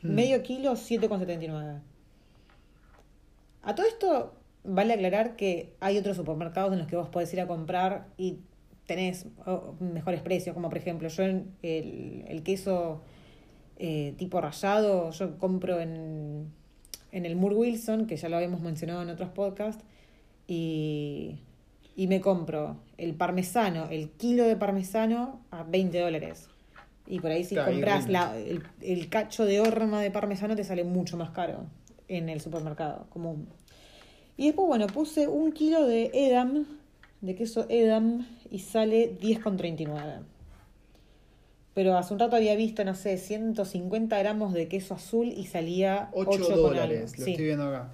[SPEAKER 1] Hmm.
[SPEAKER 2] medio kilo, 7,79. A todo esto vale aclarar que hay otros supermercados en los que vos podés ir a comprar y tenés oh, mejores precios, como por ejemplo yo en el, el queso eh, tipo rallado, yo compro en, en el Moore Wilson, que ya lo habíamos mencionado en otros podcasts, y, y me compro el parmesano, el kilo de parmesano a 20 dólares. Y por ahí si
[SPEAKER 1] Está bien.
[SPEAKER 2] compras la- el, el cacho de horma de parmesano te sale mucho más caro en el supermercado común. Y después, bueno, puse un kilo de Edam, de queso Edam, y sale 10,39. Pero hace un rato había visto, no sé, 150 gramos de queso azul y salía
[SPEAKER 1] 8,
[SPEAKER 2] 8, con
[SPEAKER 1] dólares,
[SPEAKER 2] algo.
[SPEAKER 1] lo
[SPEAKER 2] Sí.
[SPEAKER 1] estoy viendo acá.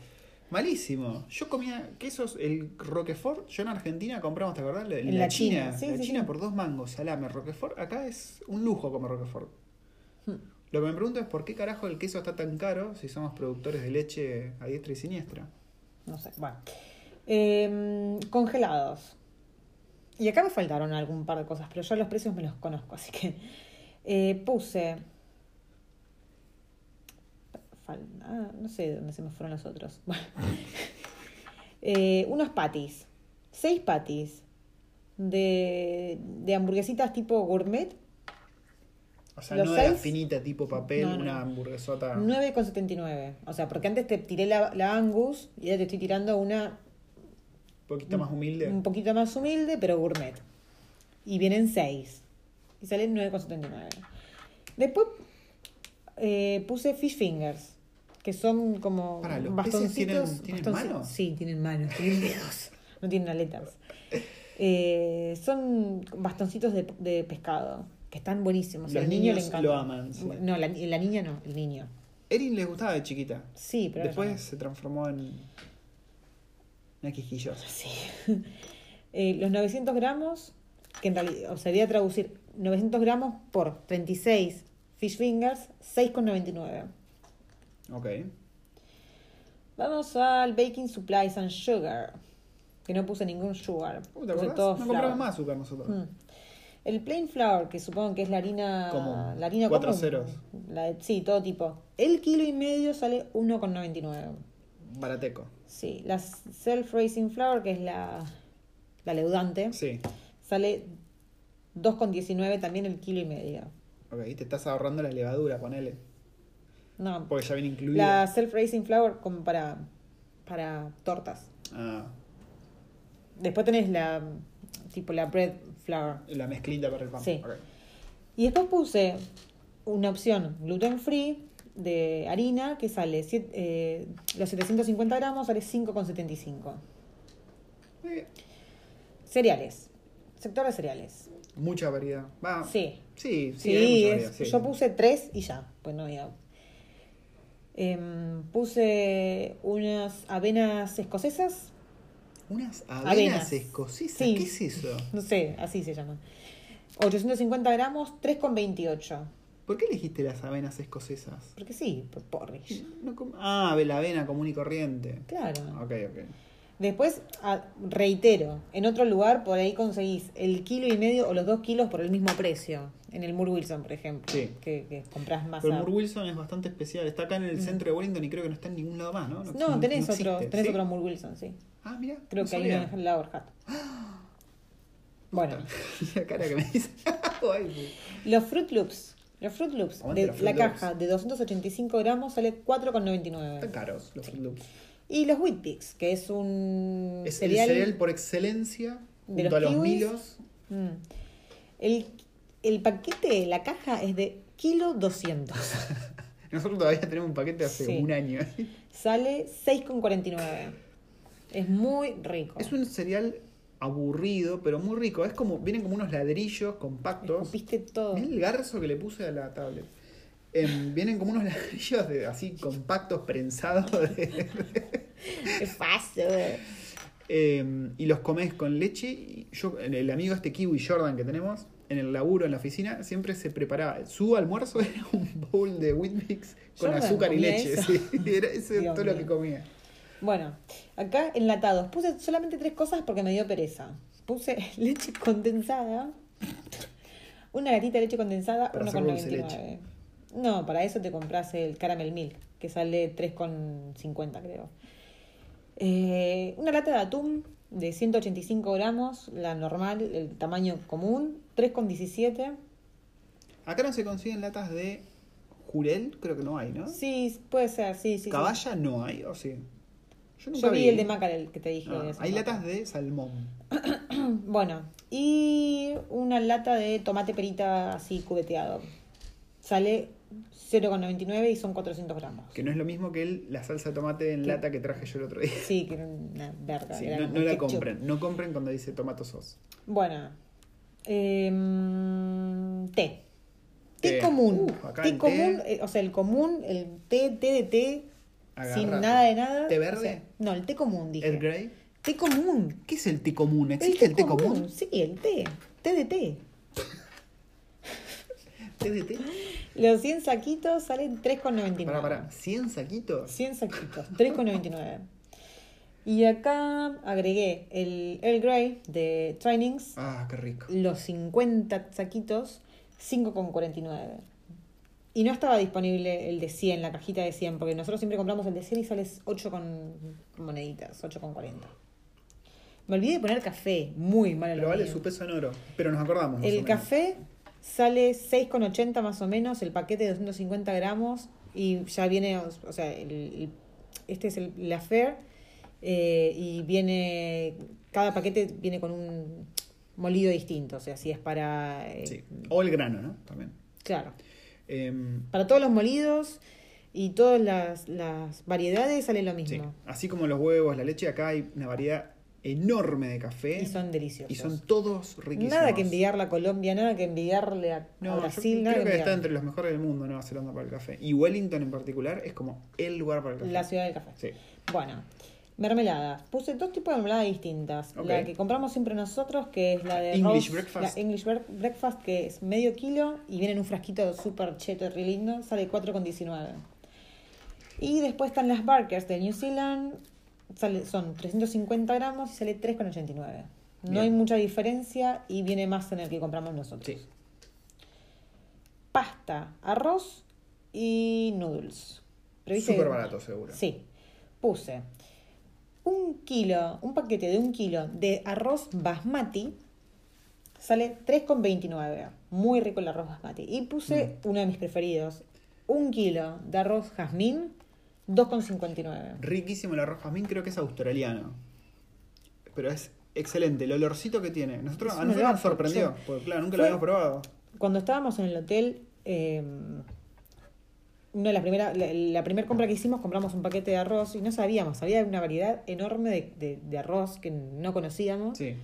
[SPEAKER 1] Malísimo. Yo comía quesos, el Roquefort. Yo en Argentina compramos, ¿te acordás? La-
[SPEAKER 2] En
[SPEAKER 1] la
[SPEAKER 2] la China,
[SPEAKER 1] China.
[SPEAKER 2] sí,
[SPEAKER 1] la
[SPEAKER 2] sí,
[SPEAKER 1] China
[SPEAKER 2] sí.
[SPEAKER 1] por dos mangos, salame, Roquefort. Acá es un lujo comer Roquefort.
[SPEAKER 2] Hmm.
[SPEAKER 1] Lo que me pregunto es por qué carajo el queso está tan caro si somos productores de leche a diestra y siniestra.
[SPEAKER 2] No sé, bueno. Em, congelados. Y acá me faltaron algún par de cosas, pero yo los precios me los conozco, así que eh, puse Al- ah, no sé dónde se me fueron los otros. Bueno. Eh, unos patis. Seis patis. De, de hamburguesitas tipo gourmet.
[SPEAKER 1] O sea,
[SPEAKER 2] ¿Los
[SPEAKER 1] no de la
[SPEAKER 2] seis?
[SPEAKER 1] finita tipo papel,
[SPEAKER 2] No, no.
[SPEAKER 1] una hamburguesota.
[SPEAKER 2] 9,79. O sea, porque antes te tiré la, la Angus y ahora te estoy tirando una
[SPEAKER 1] Un poquito más humilde.
[SPEAKER 2] un poquito más humilde, pero gourmet. Y vienen seis. Y salen 9,79. Después eh, puse fish fingers, que son como
[SPEAKER 1] Pará, ¿los peces
[SPEAKER 2] bastoncitos.
[SPEAKER 1] tienen- tienen manos?
[SPEAKER 2] Sí, tienen manos, tienen dedos. no tienen aletas. Eh, son bastoncitos de, de pescado, que están buenísimos.
[SPEAKER 1] Los
[SPEAKER 2] Al niño le
[SPEAKER 1] niños
[SPEAKER 2] encanta.
[SPEAKER 1] lo aman, sí.
[SPEAKER 2] No, la, la niña no, el niño.
[SPEAKER 1] Erin les gustaba de chiquita.
[SPEAKER 2] Sí, pero ahora ya no.
[SPEAKER 1] Después se transformó en una quisquillosa.
[SPEAKER 2] Sí. Eh, los 900 gramos, que en realidad o sea, sería traducir 900 gramos por 36 fish fingers, 6,99.
[SPEAKER 1] Ok.
[SPEAKER 2] Vamos al baking supplies and sugar, que no puse ningún sugar.
[SPEAKER 1] Uh, ¿Te
[SPEAKER 2] puse
[SPEAKER 1] acordás?
[SPEAKER 2] todo
[SPEAKER 1] No
[SPEAKER 2] flour.
[SPEAKER 1] compramos más azúcar nosotros.
[SPEAKER 2] Mm. El plain flour, que supongo que es la harina
[SPEAKER 1] Común.
[SPEAKER 2] La harina
[SPEAKER 1] Cuatro
[SPEAKER 2] común.
[SPEAKER 1] ceros.
[SPEAKER 2] La de- sí, todo tipo. El kilo y medio sale 1,99. Mm.
[SPEAKER 1] Barateco.
[SPEAKER 2] Sí, la self-raising flour, que es la, la leudante.
[SPEAKER 1] Sí.
[SPEAKER 2] Sale 2,19 también el kilo y medio.
[SPEAKER 1] Ok, te estás ahorrando la levadura, ponele.
[SPEAKER 2] No,
[SPEAKER 1] Porque ya viene
[SPEAKER 2] la
[SPEAKER 1] incluida.
[SPEAKER 2] self-raising flour como para, para tortas.
[SPEAKER 1] Ah,
[SPEAKER 2] Después tenés la tipo la bread flour.
[SPEAKER 1] la mezclita para el pan.
[SPEAKER 2] Sí.
[SPEAKER 1] Ok.
[SPEAKER 2] Y después puse una opción gluten free de harina que sale siete- eh, los 750 gramos, sale 5,75.
[SPEAKER 1] Eh,
[SPEAKER 2] Cereales. Sector de cereales.
[SPEAKER 1] mucha variedad. Va.
[SPEAKER 2] Sí.
[SPEAKER 1] Sí, sí,
[SPEAKER 2] Sí,
[SPEAKER 1] hay mucha
[SPEAKER 2] es-
[SPEAKER 1] variedad, sí.
[SPEAKER 2] yo puse tres y ya, pues no había. Em, puse unas avenas escocesas,
[SPEAKER 1] Unas avenas,
[SPEAKER 2] Avenas.
[SPEAKER 1] escocesas.
[SPEAKER 2] Sí.
[SPEAKER 1] ¿Qué es eso?
[SPEAKER 2] no sé, así se llaman. 850 gramos, 3,28.
[SPEAKER 1] ¿Por qué elegiste las avenas escocesas?
[SPEAKER 2] Porque sí, por porridge.
[SPEAKER 1] No com- ah, la avena común y corriente.
[SPEAKER 2] Claro.
[SPEAKER 1] Ok, ok.
[SPEAKER 2] Después, a- reitero, en otro lugar por ahí conseguís el kilo y medio o los dos kilos por el mismo precio. En el Moore Wilson, por ejemplo.
[SPEAKER 1] Sí.
[SPEAKER 2] Que, que compras más.
[SPEAKER 1] Pero
[SPEAKER 2] a-
[SPEAKER 1] el Moore Wilson es bastante especial. Está acá en el centro de Wellington y creo que no está en ningún lado más, ¿no?
[SPEAKER 2] Mm. no, tenés,
[SPEAKER 1] no
[SPEAKER 2] otro,
[SPEAKER 1] existe,
[SPEAKER 2] tenés
[SPEAKER 1] ¿sí?
[SPEAKER 2] otro Moore Wilson, sí.
[SPEAKER 1] Ah, mira.
[SPEAKER 2] Creo
[SPEAKER 1] no
[SPEAKER 2] que hay
[SPEAKER 1] sabía.
[SPEAKER 2] uno en la Overhat. Bueno,
[SPEAKER 1] La cara que me dice. Ay,
[SPEAKER 2] los Fruit Loops. Los Fruit Loops,
[SPEAKER 1] Aguante
[SPEAKER 2] de
[SPEAKER 1] los Froot
[SPEAKER 2] la
[SPEAKER 1] Loops.
[SPEAKER 2] caja de 285 gramos sale
[SPEAKER 1] Están
[SPEAKER 2] 4,99.
[SPEAKER 1] caros los Froot Loops.
[SPEAKER 2] Y los Wheat Picks, que es un
[SPEAKER 1] Es
[SPEAKER 2] cereal.
[SPEAKER 1] el cereal por excelencia, junto
[SPEAKER 2] de los
[SPEAKER 1] a los
[SPEAKER 2] kiwis.
[SPEAKER 1] milos.
[SPEAKER 2] Mm. El, el paquete, la caja es de kilo 200.
[SPEAKER 1] Nosotros todavía tenemos un paquete hace
[SPEAKER 2] Sí.
[SPEAKER 1] un año.
[SPEAKER 2] sale 6,49. Es muy rico.
[SPEAKER 1] Es un cereal aburrido, pero muy rico. Es como, vienen como unos ladrillos compactos.
[SPEAKER 2] Escupiste todo.
[SPEAKER 1] Mirá el garzo que le puse a la tablet. Em, vienen como unos ladrillos de, así compactos, prensados. de-
[SPEAKER 2] Qué fácil.
[SPEAKER 1] Em, y los comes con leche. Y yo, el, el amigo este Kiwi Jordan que tenemos, en el laburo, en la oficina, siempre se preparaba. Su almuerzo era un bowl de Whitmix con
[SPEAKER 2] Jordan
[SPEAKER 1] azúcar y
[SPEAKER 2] comía
[SPEAKER 1] leche.
[SPEAKER 2] eso.
[SPEAKER 1] sí. Era- eso era
[SPEAKER 2] Dios
[SPEAKER 1] todo lo
[SPEAKER 2] mío.
[SPEAKER 1] que comía.
[SPEAKER 2] Bueno, acá enlatados. Puse solamente tres cosas porque me dio pereza. Puse leche condensada, una gatita de leche condensada,
[SPEAKER 1] Para hacer dulce
[SPEAKER 2] 1,99. No, para eso te compras el caramel milk, que sale 3,50 creo. Eh, una lata de atún de 185 gramos, la normal, el tamaño común, 3,17.
[SPEAKER 1] Acá no se consiguen latas de jurel, creo que no hay, ¿no?
[SPEAKER 2] Sí, puede ser, sí, sí. sí.
[SPEAKER 1] Caballa no hay, o sí. Yo nunca
[SPEAKER 2] Yo vi el de Macarel que te dije.
[SPEAKER 1] Ah,
[SPEAKER 2] de hace
[SPEAKER 1] hay
[SPEAKER 2] rato.
[SPEAKER 1] latas de salmón.
[SPEAKER 2] Bueno, y una lata de tomate perita así cubeteado. Sale 0,99 y son 400 gramos.
[SPEAKER 1] Que no es lo mismo que el- la salsa de tomate en
[SPEAKER 2] ¿Qué?
[SPEAKER 1] lata que traje yo el otro día.
[SPEAKER 2] Sí, que era una verga.
[SPEAKER 1] Sí,
[SPEAKER 2] era
[SPEAKER 1] no,
[SPEAKER 2] como
[SPEAKER 1] no la
[SPEAKER 2] ketchup.
[SPEAKER 1] compren. No compren cuando dice tomato sos.
[SPEAKER 2] Bueno, em, té. Té
[SPEAKER 1] Té.
[SPEAKER 2] común.
[SPEAKER 1] Uh, acá
[SPEAKER 2] té
[SPEAKER 1] el té-
[SPEAKER 2] común, eh, o sea, el común, el té, té de té,
[SPEAKER 1] Agarrate.
[SPEAKER 2] sin nada de nada.
[SPEAKER 1] ¿Té
[SPEAKER 2] o
[SPEAKER 1] verde?
[SPEAKER 2] sea, no, el té común, dije.
[SPEAKER 1] Ed Grey.
[SPEAKER 2] Té común.
[SPEAKER 1] ¿Qué es el té común? ¿Existe el té común?
[SPEAKER 2] Sí, el té. Té de té.
[SPEAKER 1] ¿Té de té?
[SPEAKER 2] Los 100 saquitos salen 3,99.
[SPEAKER 1] Pará, pará. ¿100 saquitos?
[SPEAKER 2] 100 saquitos, 3,99. Y acá agregué el Earl Grey de Trainings,
[SPEAKER 1] Ah, qué rico.
[SPEAKER 2] los 50 saquitos, 5,49. Y no estaba disponible el de 100, la cajita de 100, porque nosotros siempre compramos el de 100 y sale 8 con moneditas, 8 con 40. Me olvidé de poner café, muy mal
[SPEAKER 1] Pero vale
[SPEAKER 2] mío.
[SPEAKER 1] su peso en oro. Pero nos acordamos. más o
[SPEAKER 2] El
[SPEAKER 1] menos.
[SPEAKER 2] café sale 6,80 más o menos, el paquete de 250 gramos y ya viene, o o sea, el- el- este es el, la Fair eh, y viene, cada paquete viene con un molido distinto, o sea, si es para... eh,
[SPEAKER 1] Sí. O el grano, ¿no? También.
[SPEAKER 2] Claro,
[SPEAKER 1] Em,
[SPEAKER 2] para todos los molidos y todas las, las variedades sale lo
[SPEAKER 1] sí.
[SPEAKER 2] mismo.
[SPEAKER 1] Así como los huevos, la leche, acá hay una variedad enorme de café.
[SPEAKER 2] Y son deliciosos.
[SPEAKER 1] y son todos riquísimos.
[SPEAKER 2] nada que envidiarle a Colombia, nada que envidiarle a, a
[SPEAKER 1] No,
[SPEAKER 2] Brasil,
[SPEAKER 1] yo
[SPEAKER 2] nada
[SPEAKER 1] creo que está
[SPEAKER 2] envidiarle.
[SPEAKER 1] entre los mejores del mundo Nueva Zelanda para el café. Y Wellington en particular es como el lugar para el café.
[SPEAKER 2] la ciudad del café.
[SPEAKER 1] Sí.
[SPEAKER 2] Bueno, mermeladas. Puse dos tipos de mermeladas distintas.
[SPEAKER 1] Ok. Ah,
[SPEAKER 2] La que compramos siempre nosotros, que es la de
[SPEAKER 1] English
[SPEAKER 2] Rose-
[SPEAKER 1] Breakfast.
[SPEAKER 2] La English Bre- Breakfast, que es medio kilo y viene en un frasquito súper cheto y re lindo. Sale 4,19. Y después están las Barkers de New Zealand. Sale, son 350 gramos y sale 3,89. No
[SPEAKER 1] Bien.
[SPEAKER 2] hay mucha diferencia y viene más en el que compramos nosotros.
[SPEAKER 1] Sí.
[SPEAKER 2] Pasta, arroz y noodles. Pero viste-
[SPEAKER 1] Súper barato, seguro.
[SPEAKER 2] Sí. Puse un kilo, un paquete de un kilo de arroz basmati. Sale 3,29. Muy rico el arroz basmati. Y puse
[SPEAKER 1] Mm.
[SPEAKER 2] uno de mis preferidos. Un kilo de arroz jazmín, 2,59.
[SPEAKER 1] Riquísimo el arroz jazmín, creo que es australiano. Pero es excelente, el olorcito que tiene. Nosotros,
[SPEAKER 2] Es
[SPEAKER 1] a
[SPEAKER 2] un
[SPEAKER 1] nosotros nos
[SPEAKER 2] olor,
[SPEAKER 1] sorprendió,
[SPEAKER 2] sí.
[SPEAKER 1] porque claro, nunca lo
[SPEAKER 2] Fue-
[SPEAKER 1] habíamos probado.
[SPEAKER 2] Cuando estábamos en el hotel, eh, una de las primeras, la, la primera compra que hicimos, compramos un paquete de arroz y no sabíamos. Había una variedad enorme de, de- de arroz que no conocíamos.
[SPEAKER 1] Sí.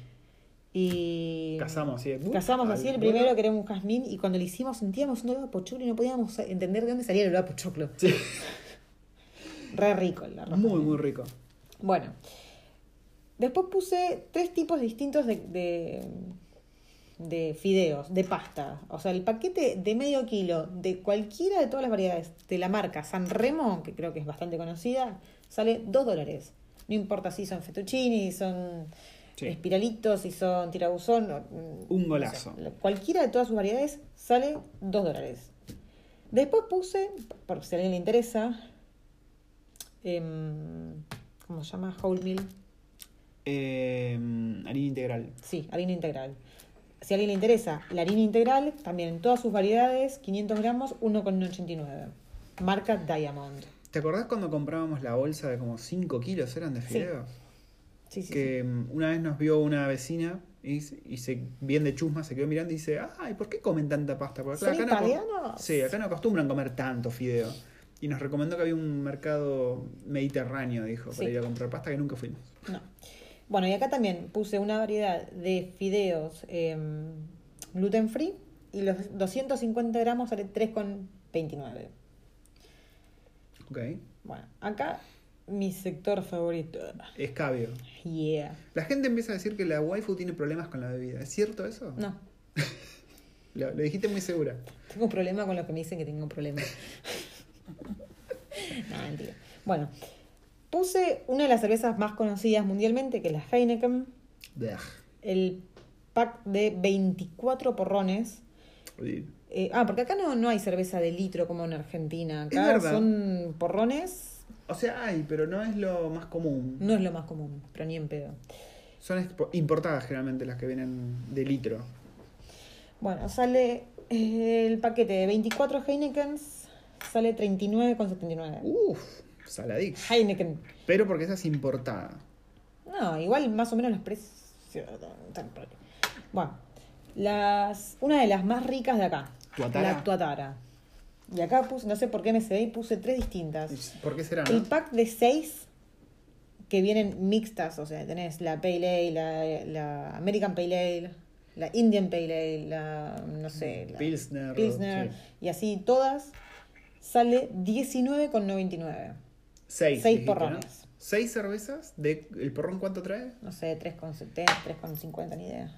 [SPEAKER 2] Y.
[SPEAKER 1] Cazamos, sí.
[SPEAKER 2] Casamos
[SPEAKER 1] Al
[SPEAKER 2] así, el
[SPEAKER 1] vuelo.
[SPEAKER 2] primero que era un jazmín, y cuando lo hicimos sentíamos un olor a pochoclo y no podíamos entender de dónde salía el olor a pochoclo.
[SPEAKER 1] Sí.
[SPEAKER 2] Re rico el arroz.
[SPEAKER 1] Muy, muy rico.
[SPEAKER 2] Bueno. Después puse tres tipos distintos de, de, de fideos, de pasta. O sea, el paquete de medio kilo de cualquiera de todas las variedades de la marca San Remo, que creo que es bastante conocida, sale 2 dólares. No importa si son fettuccini, si son
[SPEAKER 1] Sí.
[SPEAKER 2] espiralitos, si son tirabuzón. o-
[SPEAKER 1] Un
[SPEAKER 2] no sé.
[SPEAKER 1] golazo.
[SPEAKER 2] cualquiera de todas sus variedades sale 2 dólares. Después puse, por si a alguien le interesa, em, ¿cómo se llama? Whole meal.
[SPEAKER 1] Eh, harina integral.
[SPEAKER 2] Sí, harina integral. Si a alguien le interesa, la harina integral, también en todas sus variedades, 500 gramos, 1,89. Marca Diamond.
[SPEAKER 1] ¿Te acordás cuando comprábamos la bolsa de como 5 kilos eran de
[SPEAKER 2] Sí.
[SPEAKER 1] fideos?
[SPEAKER 2] Sí, sí, sí.
[SPEAKER 1] que mm, una vez nos vio una vecina y, se- y se, bien de chusma se quedó mirando y dice, ay, ¿por qué comen tanta pasta? Porque
[SPEAKER 2] ¿Son
[SPEAKER 1] pues acá, no, acom-
[SPEAKER 2] italianos?
[SPEAKER 1] sí, acá no acostumbran comer tanto fideo. Y nos recomendó que había un mercado mediterráneo, dijo,
[SPEAKER 2] Sí.
[SPEAKER 1] para ir a comprar pasta que nunca fuimos.
[SPEAKER 2] No. Bueno, y acá también puse una variedad de fideos em, gluten free y los 250 gramos sale 3,29.
[SPEAKER 1] Ok.
[SPEAKER 2] Bueno, acá mi sector favorito.
[SPEAKER 1] Escabio.
[SPEAKER 2] Yeah.
[SPEAKER 1] La gente empieza a decir que la waifu tiene problemas con la bebida. ¿Es cierto eso?
[SPEAKER 2] No,
[SPEAKER 1] Lo, lo dijiste muy segura.
[SPEAKER 2] tengo un problema con los que me dicen que tengo un problema. no, mentira. Bueno, puse una de las cervezas más conocidas mundialmente, que es la Heineken,
[SPEAKER 1] Blech.
[SPEAKER 2] el pack de 24 porrones.
[SPEAKER 1] Y-
[SPEAKER 2] Eh, ah, porque acá no, no hay cerveza de litro como en Argentina.
[SPEAKER 1] Es
[SPEAKER 2] Acá
[SPEAKER 1] verdad.
[SPEAKER 2] son porrones,
[SPEAKER 1] O sea, hay, pero no es lo más común.
[SPEAKER 2] no es lo más común, pero ni en pedo.
[SPEAKER 1] Son expo- importadas generalmente las que vienen de litro.
[SPEAKER 2] Bueno, sale eh, el paquete de 24 Heinekens, sale 39,79.
[SPEAKER 1] Uh. Uf, saladito.
[SPEAKER 2] Heineken.
[SPEAKER 1] Pero porque esa es importada.
[SPEAKER 2] No, igual más o menos los precios. están por ahí. Bueno, las, una de las más ricas de acá.
[SPEAKER 1] ¿Tuatara?
[SPEAKER 2] La Tuatara. Y acá puse, no sé por qué me cedé y puse tres distintas.
[SPEAKER 1] ¿Por qué será?
[SPEAKER 2] El
[SPEAKER 1] No?
[SPEAKER 2] pack de seis que vienen mixtas, o sea, tenés la Pale Ale, la, la American Pale Ale, la Indian Pale Ale, la, no sé, la
[SPEAKER 1] Mm, Pilsner,
[SPEAKER 2] Pilsner,
[SPEAKER 1] sí.
[SPEAKER 2] y así todas, sale 19,99.
[SPEAKER 1] Seis.
[SPEAKER 2] seis
[SPEAKER 1] dijiste,
[SPEAKER 2] porrones.
[SPEAKER 1] ¿no? ¿Seis cervezas? De, ¿El porrón cuánto trae?
[SPEAKER 2] No sé, 3,70, 3,50, ni idea.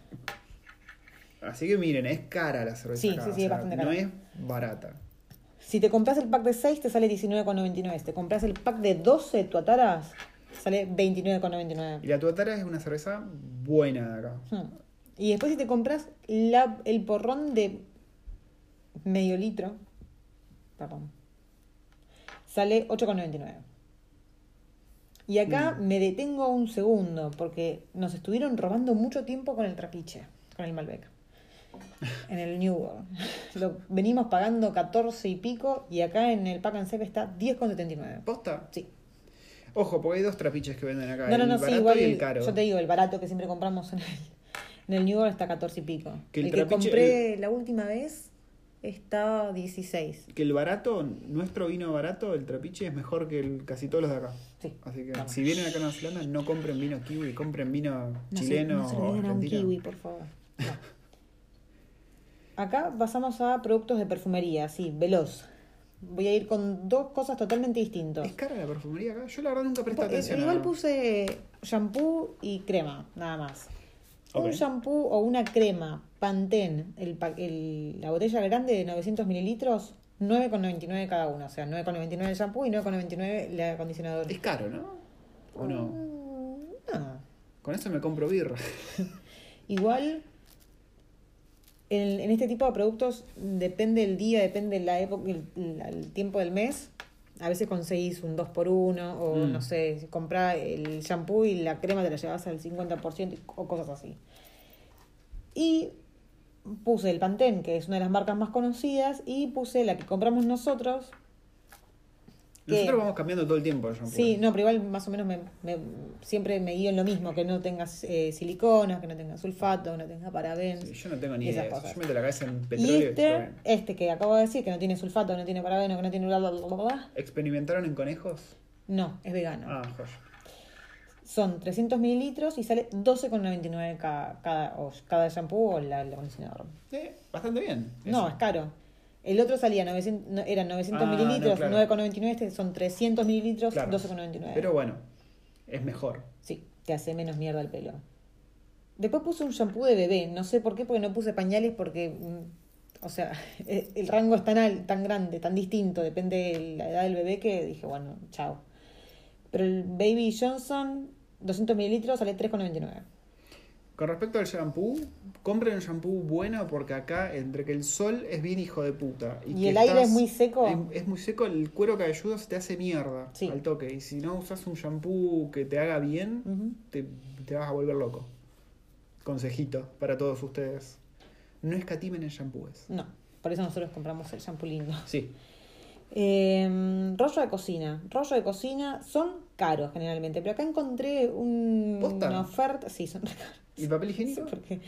[SPEAKER 1] Así que miren, es cara la cerveza.
[SPEAKER 2] Sí,
[SPEAKER 1] acá,
[SPEAKER 2] sí, sí,
[SPEAKER 1] o
[SPEAKER 2] es
[SPEAKER 1] sea,
[SPEAKER 2] bastante
[SPEAKER 1] No
[SPEAKER 2] cara.
[SPEAKER 1] es barata.
[SPEAKER 2] Si te compras el pack de 6, te sale 19,99. Si te compras el pack de 12 tuataras, sale
[SPEAKER 1] Y
[SPEAKER 2] 29,99.
[SPEAKER 1] la tuatara es una cerveza buena de acá.
[SPEAKER 2] Hmm. Y después si te compras la- el porrón de medio litro, Perdón. Sale 8,99. Y acá me detengo un segundo, porque nos estuvieron robando mucho tiempo con el trapiche, con el Malbec. En el New World. Lo venimos pagando 14 y pico, y acá en el Pack and Save está 10,79.
[SPEAKER 1] ¿Posta?
[SPEAKER 2] Sí.
[SPEAKER 1] Ojo, porque hay dos trapiches que venden acá.
[SPEAKER 2] No, no,
[SPEAKER 1] el
[SPEAKER 2] no, sí,
[SPEAKER 1] barato
[SPEAKER 2] igual.
[SPEAKER 1] y el caro.
[SPEAKER 2] Yo te digo, el barato que siempre compramos en el, en el New World está 14 y pico.
[SPEAKER 1] Que el
[SPEAKER 2] el que
[SPEAKER 1] trapiche-
[SPEAKER 2] compré la última vez estaba 16.
[SPEAKER 1] Que el barato, nuestro vino barato, el trapiche, es mejor que el- casi todos los de acá.
[SPEAKER 2] Sí.
[SPEAKER 1] Así que
[SPEAKER 2] Vamos.
[SPEAKER 1] si vienen acá a Nueva Zelanda, no compren vino kiwi, compren vino
[SPEAKER 2] No se-
[SPEAKER 1] chileno
[SPEAKER 2] no se lo
[SPEAKER 1] o
[SPEAKER 2] digan a un
[SPEAKER 1] argentino.
[SPEAKER 2] kiwi, por favor. No. Acá pasamos a productos de perfumería, sí, veloz. Voy a ir con dos cosas totalmente distintas.
[SPEAKER 1] ¿Es cara la perfumería acá? Yo la verdad nunca presté
[SPEAKER 2] Po- eh,
[SPEAKER 1] atención. a-
[SPEAKER 2] Igual puse shampoo y crema, nada más. Un
[SPEAKER 1] Ok.
[SPEAKER 2] shampoo o una crema, Pantene, el, pa- el- la botella grande de 900 mililitros, 9,99 cada uno. O sea, 9,99 el shampoo y 9,99 el acondicionador.
[SPEAKER 1] Es caro, ¿no? ¿O no?
[SPEAKER 2] Mm, no.
[SPEAKER 1] Con eso me compro birra.
[SPEAKER 2] Igual, en, en este tipo de productos depende el día, depende la época, el, la- el tiempo del mes. A veces conseguís un 2x1 o
[SPEAKER 1] Mm.
[SPEAKER 2] no sé, comprás el shampoo y la crema te la llevas al 50% y- o cosas así. Y puse el Pantene, que es una de las marcas más conocidas, y puse la que compramos nosotros. ¿Qué?
[SPEAKER 1] Nosotros vamos cambiando todo el tiempo el shampoo.
[SPEAKER 2] Sí, no, pero igual más o menos me, me- siempre me guío en lo mismo, que no tengas eh, siliconas, que no tengas sulfato, que no tengas parabens.
[SPEAKER 1] Sí, Yo no tengo ni
[SPEAKER 2] Esas
[SPEAKER 1] idea. de eso.
[SPEAKER 2] cosas.
[SPEAKER 1] Yo meto la cabeza en
[SPEAKER 2] Y
[SPEAKER 1] petróleo y todo
[SPEAKER 2] este,
[SPEAKER 1] bien.
[SPEAKER 2] este que acabo de decir, que no tiene sulfato, que no tiene parabeno, que no tiene bla bla bla bla bla,
[SPEAKER 1] ¿Experimentaron en conejos?
[SPEAKER 2] no, es vegano.
[SPEAKER 1] Ah, joya.
[SPEAKER 2] Son 300 mililitros y sale 12,99 cada, cada, o cada shampoo o la- el acondicionador.
[SPEAKER 1] Eh, bastante bien.
[SPEAKER 2] No,
[SPEAKER 1] Eso.
[SPEAKER 2] es caro. El otro salía 900, no, eran 900
[SPEAKER 1] Ah, no,
[SPEAKER 2] mililitros,
[SPEAKER 1] claro.
[SPEAKER 2] 9,99, este son 300 mililitros,
[SPEAKER 1] Claro.
[SPEAKER 2] 12,99.
[SPEAKER 1] Pero bueno, es mejor.
[SPEAKER 2] Sí, te hace menos mierda al pelo. Después puse un shampoo de bebé, no sé por qué, porque no puse pañales, porque, mm, o sea, e- el rango es tan, al- tan grande, tan distinto, depende de la edad del bebé, que dije, bueno, chao. Pero el Baby Johnson, 200 mililitros, sale 3,99.
[SPEAKER 1] Con respecto al shampoo, compren un shampoo bueno porque acá, entre que el sol es bien hijo de puta.
[SPEAKER 2] Y
[SPEAKER 1] que
[SPEAKER 2] el aire es muy seco.
[SPEAKER 1] Es, es muy seco, el cuero cabelludo se te hace mierda
[SPEAKER 2] Sí. Mm.
[SPEAKER 1] al toque. Y si no usas un shampoo que te haga bien,
[SPEAKER 2] Ujú.
[SPEAKER 1] te, te vas a volver loco. Consejito para todos ustedes. No escatimen en shampoos.
[SPEAKER 2] No, por eso nosotros compramos el shampoo lindo.
[SPEAKER 1] Sí.
[SPEAKER 2] Eh, rollo de cocina. Rollo de cocina son caros generalmente, pero acá encontré un-
[SPEAKER 1] ¿Posta?
[SPEAKER 2] una oferta. Sí, son re caros.
[SPEAKER 1] ¿Y papel
[SPEAKER 2] No sé
[SPEAKER 1] higiénico?
[SPEAKER 2] por qué.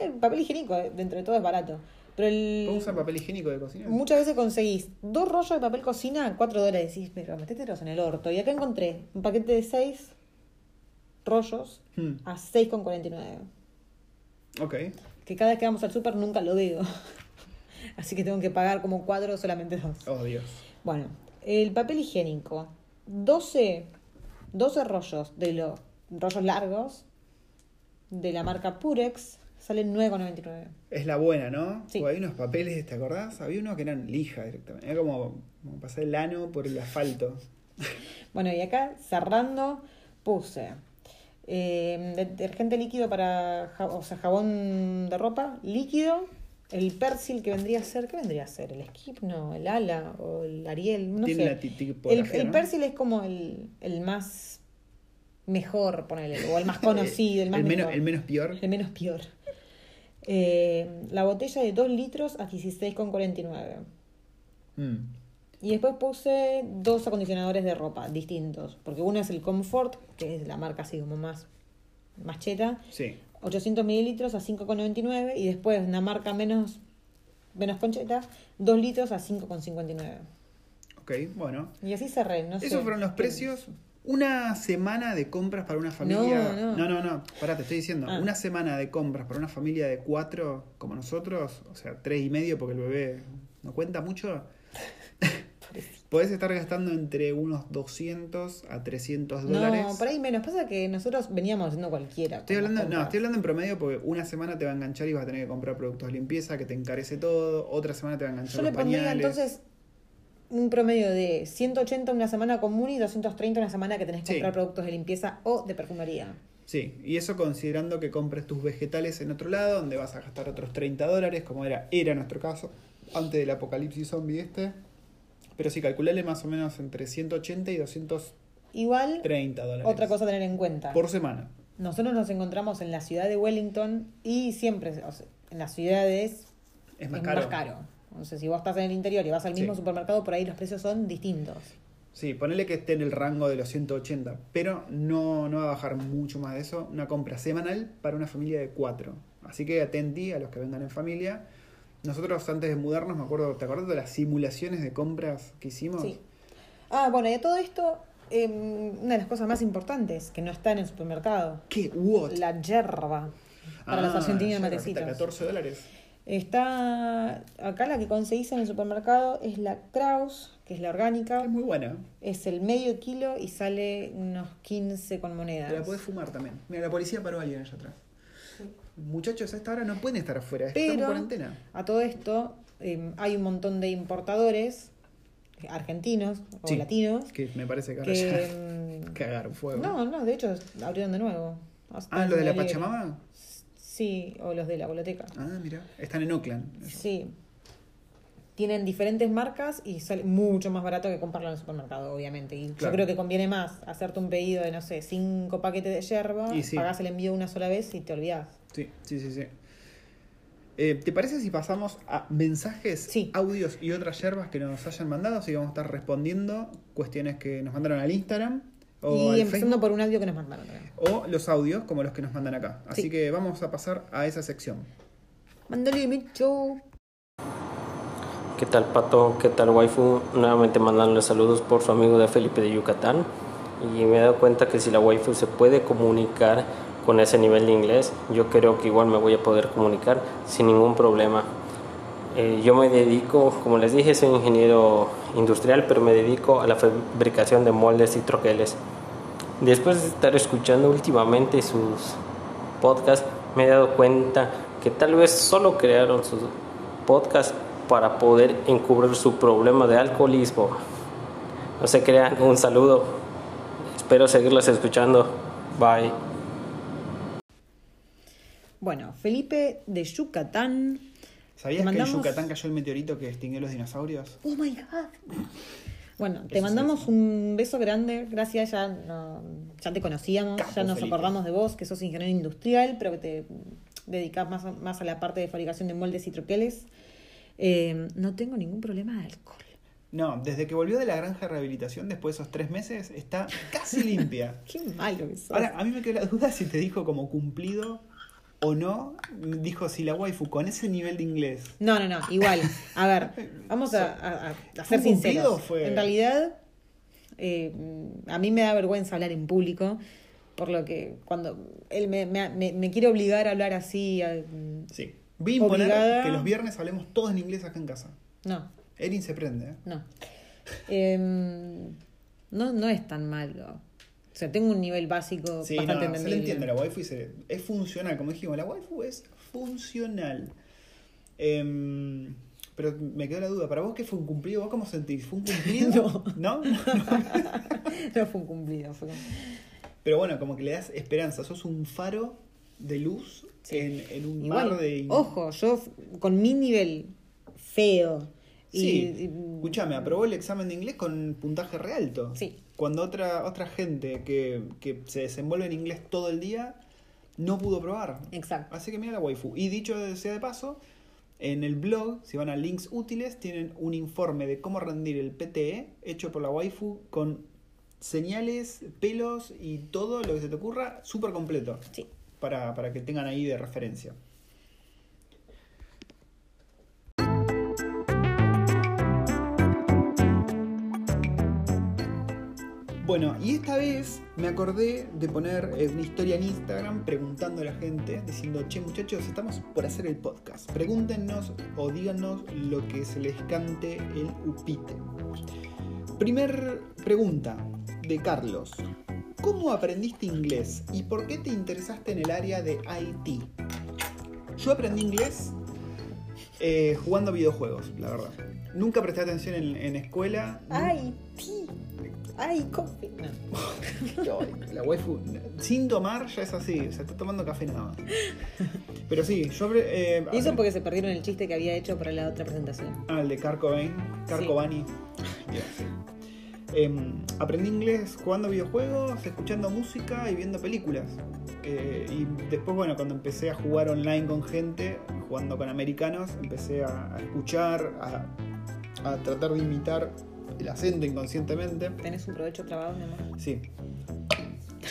[SPEAKER 2] El papel higiénico, eh, dentro de todo, es barato. Pero el...
[SPEAKER 1] ¿Puedo usar papel higiénico de cocina?
[SPEAKER 2] muchas veces conseguís dos rollos de papel cocina a 4 dólares. Decís, pero metételos en el orto. Y acá encontré un paquete de 6 rollos
[SPEAKER 1] Hmm,
[SPEAKER 2] a 6,49.
[SPEAKER 1] Ok.
[SPEAKER 2] Que cada vez que vamos al súper nunca lo veo. Así que tengo que pagar como 4 solamente dos.
[SPEAKER 1] Oh, Dios.
[SPEAKER 2] Bueno, el papel higiénico. 12, 12 rollos de los rollos largos de la marca Purex salen 9,99.
[SPEAKER 1] Es la buena, ¿no?
[SPEAKER 2] Sí.
[SPEAKER 1] Porque hay unos papeles, ¿te acordás? Había unos que eran lija directamente. Era como, como pasar el ano por el asfalto.
[SPEAKER 2] Bueno, y acá cerrando, puse eh, detergente líquido para, ja- o sea, jabón de ropa líquido, el persil que vendría a ser, ¿qué vendría a ser? ¿El skip? No, el ala o el ariel, no
[SPEAKER 1] Tiene
[SPEAKER 2] sé.
[SPEAKER 1] la ti-
[SPEAKER 2] el,
[SPEAKER 1] tipografía,
[SPEAKER 2] el
[SPEAKER 1] ¿no?
[SPEAKER 2] persil es como el, el más mejor, ponele, o el más conocido, el más
[SPEAKER 1] menos,
[SPEAKER 2] mejor.
[SPEAKER 1] el menos peor.
[SPEAKER 2] El menos peor. Eh, la botella de 2 litros a 16,49.
[SPEAKER 1] Mm.
[SPEAKER 2] Y después puse dos acondicionadores de ropa distintos, porque uno es el Comfort, que es la marca así como más, más cheta,
[SPEAKER 1] Sí.
[SPEAKER 2] 800 mililitros a 5,99 y después una marca menos, menos concheta, 2 litros a 5,59.
[SPEAKER 1] Ok, bueno.
[SPEAKER 2] Y así cerré, no sé.
[SPEAKER 1] Esos fueron los precios. Una semana de compras para una familia.
[SPEAKER 2] No, no.
[SPEAKER 1] no, no. no. Pará, te estoy diciendo.
[SPEAKER 2] Ah.
[SPEAKER 1] Una semana de compras para una familia de cuatro como nosotros, o sea, tres y medio porque el bebé no cuenta mucho. Podés estar gastando entre unos 200 a 300 dólares.
[SPEAKER 2] No, por ahí menos. Pasa que nosotros veníamos haciendo cualquiera.
[SPEAKER 1] Estoy
[SPEAKER 2] con las
[SPEAKER 1] hablando, no,
[SPEAKER 2] compras.
[SPEAKER 1] estoy hablando en promedio porque una semana te va a enganchar y vas a tener que comprar productos de limpieza que te encarece todo, otra semana te va a enganchar
[SPEAKER 2] Yo le
[SPEAKER 1] los
[SPEAKER 2] pondría
[SPEAKER 1] pañales.
[SPEAKER 2] entonces un promedio de 180 una semana común y 230 una semana que tenés que
[SPEAKER 1] Sí.
[SPEAKER 2] comprar productos de limpieza o de perfumería.
[SPEAKER 1] Sí, y eso considerando que compres tus vegetales en otro lado, donde vas a gastar otros 30 dólares, como era, era nuestro caso, antes del apocalipsis zombie este. Pero sí, calculale más o menos entre 180 y 230
[SPEAKER 2] Igual,
[SPEAKER 1] dólares.
[SPEAKER 2] otra cosa a tener en cuenta.
[SPEAKER 1] Por semana.
[SPEAKER 2] Nosotros nos encontramos en la ciudad de Wellington y siempre, o sea, en las ciudades
[SPEAKER 1] Es más caro.
[SPEAKER 2] Entonces, si vos estás en el interior y vas al mismo
[SPEAKER 1] Sí.
[SPEAKER 2] supermercado, por ahí los precios son distintos.
[SPEAKER 1] Sí, ponele que esté en el rango de los 180, pero no, no va a bajar mucho más de eso. Una compra semanal para una familia de cuatro. Así que atendí a los que vengan en familia. Nosotros antes de mudarnos, me acuerdo, ¿te acuerdas de las simulaciones de compras que hicimos?
[SPEAKER 2] Sí. Ah, bueno, y a todo esto, em, una de las cosas más importantes que no está en el supermercado,
[SPEAKER 1] ¿Qué? ¿What?
[SPEAKER 2] la yerba para los
[SPEAKER 1] Ah,
[SPEAKER 2] argentinos
[SPEAKER 1] yerba, que está a
[SPEAKER 2] matecitos.
[SPEAKER 1] 14 dólares.
[SPEAKER 2] Está acá la que conseguís en el supermercado es la Kraus, que es la orgánica.
[SPEAKER 1] Es muy buena.
[SPEAKER 2] Es el medio kilo y sale unos 15 con
[SPEAKER 1] Te
[SPEAKER 2] monedas.
[SPEAKER 1] La podés fumar también. Mira, la policía paró a alguien allá atrás. Muchachos, a esta hora no pueden estar afuera. Estamos en
[SPEAKER 2] Pero-
[SPEAKER 1] cuarentena.
[SPEAKER 2] A todo esto em, hay un montón de importadores eh, argentinos o
[SPEAKER 1] Sí.
[SPEAKER 2] latinos
[SPEAKER 1] Que me parece que ahora
[SPEAKER 2] que...
[SPEAKER 1] ya
[SPEAKER 2] em,
[SPEAKER 1] cagaron fuego.
[SPEAKER 2] No, no, de hecho abrieron de nuevo.
[SPEAKER 1] ah,
[SPEAKER 2] Hasta
[SPEAKER 1] ¿lo de la
[SPEAKER 2] me alegro.
[SPEAKER 1] Pachamama?
[SPEAKER 2] Sí, o los de la biblioteca.
[SPEAKER 1] Ah, mira. Están en Oakland.
[SPEAKER 2] Sí. Tienen diferentes marcas y sale mucho más barato que comprarlo en el supermercado, obviamente. Y
[SPEAKER 1] Claro.
[SPEAKER 2] yo creo que conviene más hacerte un pedido de, no sé, cinco paquetes de yerba,
[SPEAKER 1] Y sí.
[SPEAKER 2] pagás el envío una sola vez y te olvidás.
[SPEAKER 1] Sí, sí, sí, sí. Eh, ¿Te parece si pasamos a mensajes,
[SPEAKER 2] Sí.
[SPEAKER 1] audios y otras yerbas que nos hayan mandado? Así que vamos a estar respondiendo cuestiones que nos mandaron al Instagram o
[SPEAKER 2] y
[SPEAKER 1] al
[SPEAKER 2] empezando por un audio que nos mandaron. también.
[SPEAKER 1] Facebook, o los audios como los que nos mandan acá. Así
[SPEAKER 2] Sí.
[SPEAKER 1] que vamos a pasar a esa sección.
[SPEAKER 2] Mándale mucho.
[SPEAKER 3] ¿Qué tal Pato? ¿Qué tal Waifu? Nuevamente mandándole saludos por su amigo de Felipe de Yucatán. Y me he dado cuenta que si la Waifu se puede comunicar con ese nivel de inglés, yo creo que igual me voy a poder comunicar sin ningún problema. Eh, yo me dedico, como les dije, soy ingeniero industrial, pero me dedico a la fabricación de moldes y troqueles. Después de estar escuchando últimamente sus podcasts, me he dado cuenta que tal vez solo crearon sus podcasts para poder encubrir su problema de alcoholismo. No se crean, un saludo. Espero seguirlos escuchando. Bye.
[SPEAKER 2] Bueno, Felipe de Yucatán.
[SPEAKER 1] ¿Sabías que
[SPEAKER 2] Mandamos-
[SPEAKER 1] en Yucatán cayó el meteorito que extinguió los dinosaurios?
[SPEAKER 2] Oh my god. Bueno,
[SPEAKER 1] Eso
[SPEAKER 2] te
[SPEAKER 1] es
[SPEAKER 2] mandamos
[SPEAKER 1] eso.
[SPEAKER 2] un beso grande, gracias, ya, no- ya te conocíamos,
[SPEAKER 1] Capo,
[SPEAKER 2] ya nos
[SPEAKER 1] Felipe.
[SPEAKER 2] acordamos de vos, que sos ingeniero industrial, pero que te dedicás más, a- más a la parte de fabricación de moldes y troqueles. Eh, no tengo ningún problema de alcohol.
[SPEAKER 1] No, desde que volvió de la granja de rehabilitación después de esos tres meses está casi limpia.
[SPEAKER 2] Qué malo que sos.
[SPEAKER 1] Ahora, a mí me quedó la duda si te dijo como cumplido o no. Dijo si la waifu con ese nivel de inglés.
[SPEAKER 2] No, no, no, igual. A ver, vamos a, a- a- a ser
[SPEAKER 1] un cumplido o
[SPEAKER 2] sinceros.
[SPEAKER 1] fue-
[SPEAKER 2] En realidad, eh, mm, a mí me da vergüenza hablar en público, por lo que cuando él me, me- me- me quiere obligar a hablar así, a- mm,
[SPEAKER 1] Sí. Vi imponer
[SPEAKER 2] Obligada.
[SPEAKER 1] que los viernes hablemos todos en inglés acá en casa.
[SPEAKER 2] no,
[SPEAKER 1] Erin se prende, ¿eh?
[SPEAKER 2] no. Em, no, no es tan malo. O sea, tengo un nivel básico
[SPEAKER 1] Sí, no, no,
[SPEAKER 2] bastante
[SPEAKER 1] se le
[SPEAKER 2] entendible.
[SPEAKER 1] entiende la waifu y se le- es funcional. Como dijimos, la waifu es funcional. Em, pero me quedó la duda, ¿para vos qué fue un cumplido? ¿Vos cómo sentís? ¿Fue un cumplido? no. ¿No?
[SPEAKER 2] No fue un cumplido. fue un-
[SPEAKER 1] Pero bueno, como que le das esperanza. Sos un faro de luz
[SPEAKER 2] Sí.
[SPEAKER 1] en, en un
[SPEAKER 2] Igual,
[SPEAKER 1] mar de...
[SPEAKER 2] ojo, yo f- con mi nivel feo y-
[SPEAKER 1] Sí,
[SPEAKER 2] y
[SPEAKER 1] escúchame, aprobó el examen de inglés con puntaje re alto.
[SPEAKER 2] Sí.
[SPEAKER 1] Cuando otra, otra gente que, que se desenvuelve en inglés todo el día no pudo probar.
[SPEAKER 2] Exacto.
[SPEAKER 1] Así que mira la waifu. Y dicho sea de paso, en el blog, si van a links útiles, tienen un informe de cómo rendir el PTE hecho por la waifu con señales, pelos y todo lo que se te ocurra, súper completo.
[SPEAKER 2] Sí.
[SPEAKER 1] Para, para que tengan ahí de referencia. Bueno, y esta vez me acordé de poner eh, una historia en Instagram preguntando a la gente, diciendo, che muchachos, estamos por hacer el podcast. Pregúntenos o díganos lo que se les cante el upite. Primer pregunta de Carlos. ¿Cómo aprendiste inglés y por qué te interesaste en el área de IT? Yo aprendí inglés eh, jugando videojuegos, la verdad. Nunca presté atención en, en escuela.
[SPEAKER 2] Ay, ti. Ay, coffee. No.
[SPEAKER 1] Yo, La waifu, sin tomar ya es así, o sea, está tomando café nada más. Pero sí, yo... eh,
[SPEAKER 2] Y eso porque se perdieron el chiste que había hecho para la otra presentación.
[SPEAKER 1] Ah, el de Carcobain, Carcovani. Gracias. Em, aprendí inglés jugando videojuegos, escuchando música y viendo películas. Eh, y después, bueno, cuando empecé a jugar online con gente, jugando con americanos, empecé a, a escuchar, a, a tratar de imitar el acento inconscientemente.
[SPEAKER 2] Tenés un provecho trabado, mi amor.
[SPEAKER 1] Sí,